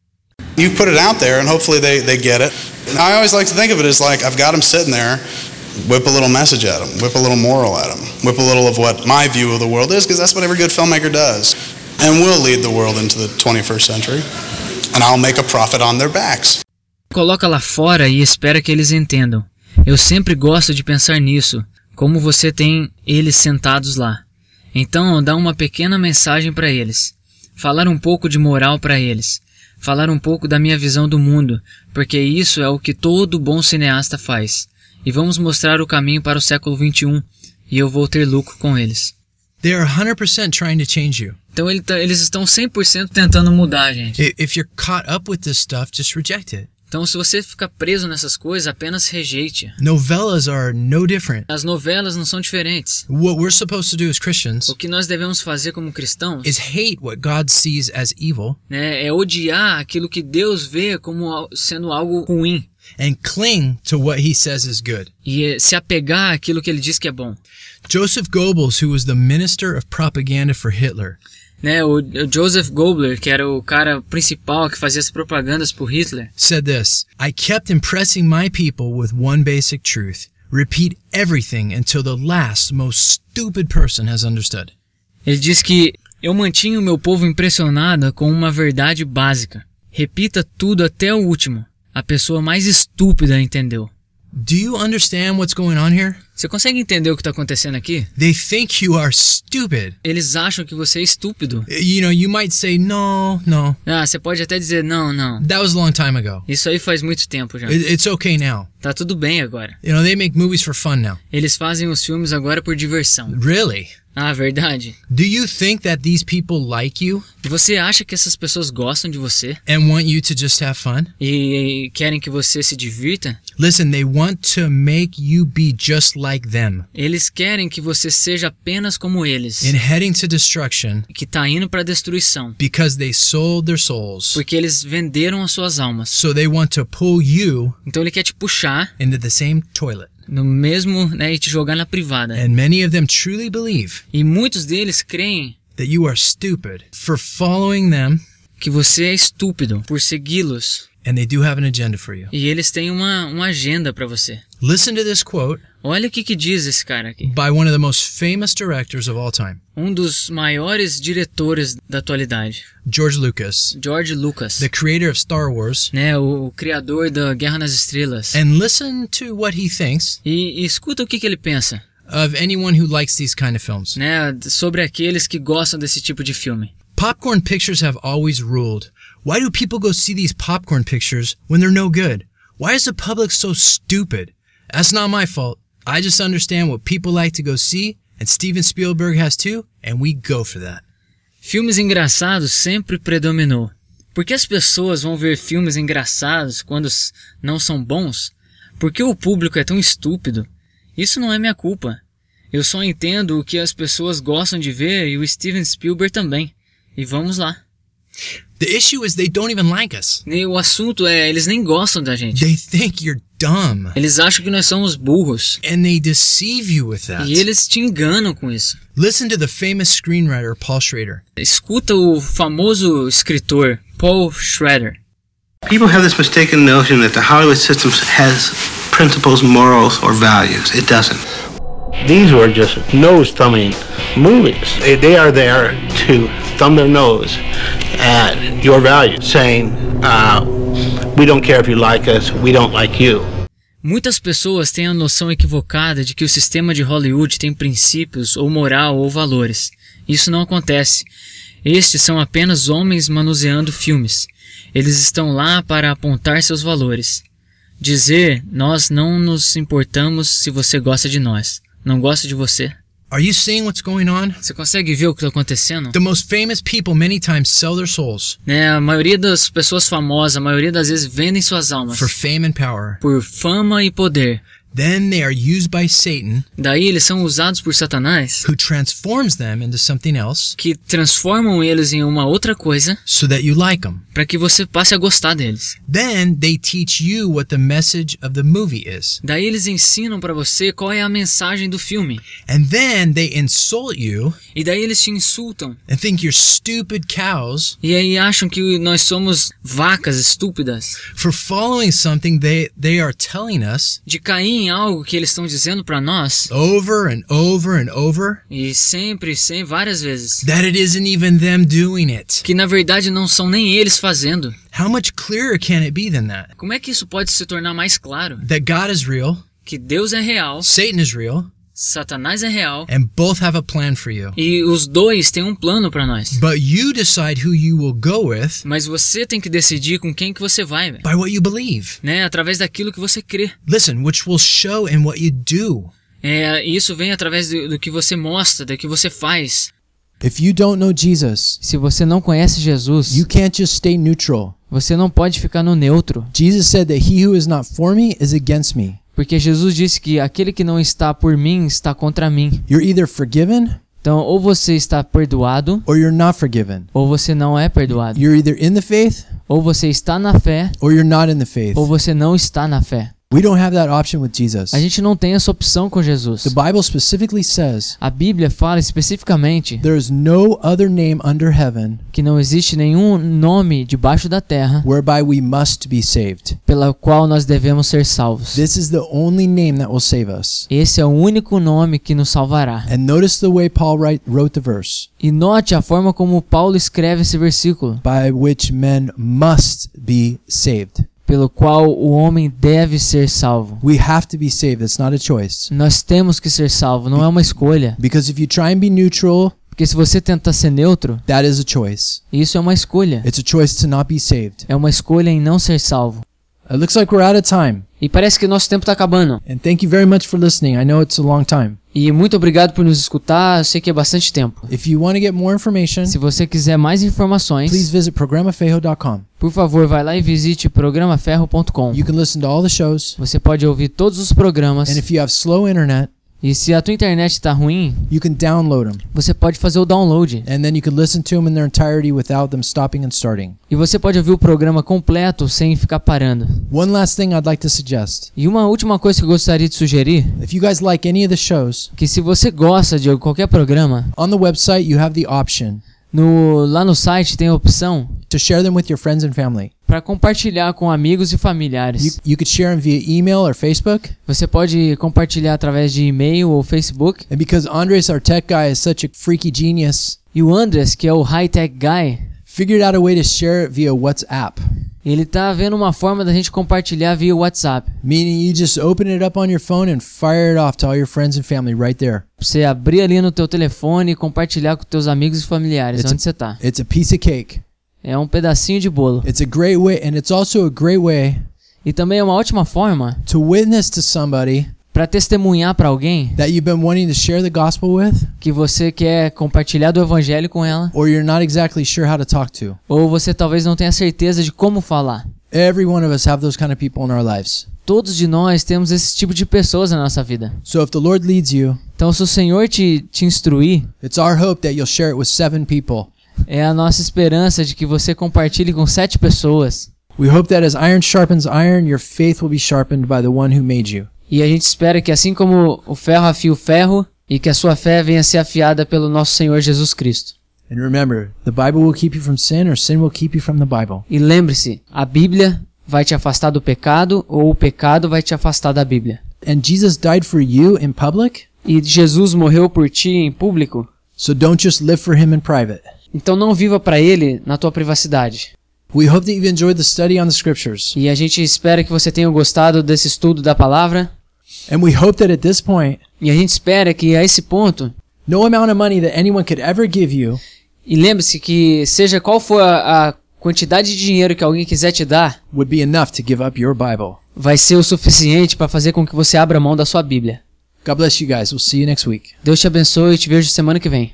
you put it out there and hopefully they, they get it. And I always like to think of it as like I've got them sitting there, whip a little message at them, whip a little moral at them, whip a little of what my view of the world is, because that's what every good filmmaker does. And we'll lead the world into the 21st century, and I'll make a profit on their backs. Coloca lá fora e espera que eles entendam. Eu sempre gosto de pensar nisso, como você tem eles sentados lá. Então, dá uma pequena mensagem para eles. Falar um pouco de moral para eles. Falar um pouco da minha visão do mundo, porque isso é o que todo bom cineasta faz. E vamos mostrar o caminho para o século XXI, e eu vou ter lucro com eles. They are 100% trying to change you. Então ele tá- eles estão 100% tentando mudar, gente. I- If you're caught up with this stuff, just reject it. Então, se você fica preso nessas coisas, apenas rejeite. Novellas are no different. As novelas não são diferentes. What we're supposed to do as Christians O que nós devemos fazer como cristãos is hate what God sees as evil né, é odiar aquilo que Deus vê como al- sendo algo ruim and cling to what he says is good. e eh, se apegar àquilo que ele diz que é bom. Joseph Goebbels, who was the minister of propaganda for Hitler, Né, o, o Joseph Goebbels, que era o cara principal que fazia as propagandas por Hitler, said this I kept impressing my people with one basic truth repeat everything until the last, most stupid person has understood. ele diz que eu mantinha o meu povo impressionado com uma verdade básica. Repita tudo até o último. A pessoa mais estúpida entendeu. Do you understand what's going on here? Você consegue entender o que está acontecendo aqui? They think you are stupid. Eles acham que você é estúpido. You know, you might say, no, no, Ah, você pode até dizer não, não. that was a long time ago. Isso aí faz muito tempo já. It, it's okay now. Tá tudo bem agora. You know, they make movies for fun now. Eles fazem os filmes agora por diversão. Really? Ah, verdade. Do you think that these people like you Você acha que essas pessoas gostam de você and want you to just have fun? e querem que você se divirta? Listen, they want to make you be just like them Eles querem que você seja apenas como eles, in heading to destruction que tá indo pra destruição, because they sold their souls. porque eles venderam as suas almas. So they want to pull you Então ele quer te puxar into the same toilet. no mesmo, né, e te jogar na privada. And many of them truly believe E muitos deles creem that you are stupid for following them, que você é estúpido por segui-los and they do have an agenda for you. e eles têm uma, uma agenda pra você. Listen to this quote Olha o que, que diz esse cara aqui, by one of the most famous directors of all time, um dos maiores diretores da atualidade, George Lucas, George Lucas, the creator of Star Wars. né, o, o criador da Guerra nas Estrelas. And listen to what he thinks E, e escuta o que, que ele pensa, of anyone who likes these kind of films. né, sobre aqueles que gostam desse tipo de filme. Popcorn pictures have always ruled. Why do people go see these popcorn pictures when they're no good? Why is the public so stupid? That's not my fault. I just understand what people like to go see, and Steven Spielberg has too, and we go for that. Filmes engraçados sempre predominou. Por que as pessoas vão ver filmes engraçados quando s- não são bons? Por que o público é tão estúpido? Isso não é minha culpa. Eu só entendo o que as pessoas gostam de ver e o Steven Spielberg também. E vamos lá. The issue is they don't even like us. E o assunto é, eles nem gostam da gente. They think you're dumb, Eles acham que nós somos burros. and they deceive you with E that. eles te enganam com isso. Listen to the famous screenwriter Paul Schrader. Escuta o famoso escritor Paul Schrader. People have this mistaken notion that the Hollywood system has principles, morals, or values. It doesn't. These were just nose thumbing movies. They, they are there to thumb their nose at your values, saying, uh, we don't care if you like us, we don't like you. Muitas pessoas têm a noção equivocada de que o sistema de Hollywood tem princípios ou moral ou valores. Isso não acontece. Estes são apenas homens manuseando filmes. Eles estão lá para apontar seus valores. Dizer, nós não nos importamos se você gosta de nós. Não gosta de você? Are you seeing what's going on? Você consegue ver o que está acontecendo? The most famous people many times sell their souls Né, a maioria das pessoas famosas, a maioria das vezes, vendem suas almas for fame and power. por fama e poder. Then they are used by Satan Daí eles são usados por Satanás who transforms them into something else que transformam eles em uma outra coisa so that you like them. para que você passe a gostar deles. Then they teach you what the message of the movie is. Daí eles ensinam para você qual é a mensagem do filme. And then they insult you E daí eles te insultam. and think you're stupid cows E aí acham que nós somos vacas estúpidas for following something they, they are telling us de cair em algo que eles estão dizendo para nós. over and over and over E sempre, sem várias vezes. that it isn't even them doing it. Que na verdade não são nem eles fazendo. How much clearer can it be than that? Como é que isso pode se tornar mais claro? That God is real, Que Deus é real, Satan is real, Satanás é real and both have a plan for you. e os dois têm um plano para nós. But you decide who you will go with Mas você tem que decidir com quem que você vai, velho. by what you believe. né? Através daquilo que você crê. Listen, which will show in what you do. É, e isso vem através do, do que você mostra, do que você faz. If you don't know Jesus, se você não conhece Jesus, you can't just stay neutral. você não pode ficar no neutro, Jesus said that he who is not for me is against me. porque Jesus disse que aquele que não está por mim está contra mim. You're either forgiven Então, ou você está perdoado, or you're not forgiven. ou você não é perdoado. You're either in the faith Ou você está na fé, or you're not in the faith. ou você não está na fé. We don't have that option with Jesus. A gente não tem essa opção com Jesus. The Bible specifically says A Bíblia fala especificamente there is no other name under heaven que não existe nenhum nome debaixo da terra whereby we must be saved. pela qual nós devemos ser salvos. This is the only name that will save us. Esse é o único nome que nos salvará. And notice the way Paul write, wrote the verse E note a forma como Paulo escreve esse versículo, by which men must be saved. pelo qual o homem deve ser salvo. We have to be saved. It's not a choice. Nós temos que ser salvos, não é uma escolha. Because if you try and be neutral, Porque se você tentar ser neutro, that is a choice. isso é uma escolha. It's a choice to not be saved. É uma escolha em não ser salvo. It looks like we're out of time. E parece que nosso tempo está acabando. And thank you very much for listening. I know it's a long time. E muito obrigado por nos escutar, eu sei que é bastante tempo. If you want to get more information, Se você quiser mais please informações, visit programafejo.com. por favor, vai lá e visite programaferro.com. You can listen to all the shows. Você pode ouvir todos os programas. And if you have slow internet, E se a tua internet está ruim, you can download them. você pode fazer o download. And then you can listen to them in their entirety without them stopping and starting. E você pode ouvir o programa completo sem ficar parando. One last thing I'd like to suggest. E uma última coisa que eu gostaria de sugerir, If you guys like any of the shows, que se você gosta de qualquer programa, on the website you have the option no- lá no site tem a opção to share them with your friends and family. para compartilhar com amigos e You, familiares. you could share them via email or Facebook. Você pode compartilhar através de e-mail ou Facebook. And because Andres, our tech guy, is such a freaky genius, E o Andres, que é o High Tech Guy, figured out a way to share it via WhatsApp. ele tá vendo uma forma da gente compartilhar via WhatsApp. Meaning you just open it up on your phone and fire it off to all your friends and family right there. Você abrir ali no teu telefone e compartilhar com teus amigos e familiares It's- onde você tá. It's a piece of cake. É um pedacinho de bolo. It's a great way, and it's also a great way E também é uma ótima forma to witness to somebody para testemunhar para alguém that you've been wanting to share the gospel with, que você quer compartilhar do evangelho com ela, or you're not exactly sure how to talk to. ou você talvez não tenha certeza de como falar. Every one of us have those kind of people in our lives. Todos de nós temos esse tipo de pessoas na nossa vida. So if the Lord leads you, Então, se o Senhor te, te instruir, it's our hope that you'll share it with seven people. é a nossa esperança de que você compartilhe com sete pessoas. We hope that as iron sharpens iron, your faith will be sharpened by the one who made you. E a gente espera que, assim como o ferro afia o ferro, e que a sua fé venha a ser afiada pelo nosso Senhor Jesus Cristo. And remember, the Bible will keep you from sin, or sin will keep you from the Bible. E lembre-se, a Bíblia vai te afastar do pecado, ou o pecado vai te afastar da Bíblia. And Jesus died for you in public, E Jesus morreu por ti em público, so don't just live for him in private. então não viva para ele na tua privacidade. We hope that you've enjoyed the study on the scriptures. E a gente espera que você tenha gostado desse estudo da palavra, And we hope that at this point, e a gente espera que a esse ponto, no amount of money that anyone could ever give you e lembre-se que seja qual for a, a quantidade de dinheiro que alguém quiser te dar, would be enough to give up your Bible. vai ser o suficiente para fazer com que você abra mão da sua Bíblia. God bless you guys. We'll see you next week. Deus te abençoe e te vejo semana que vem.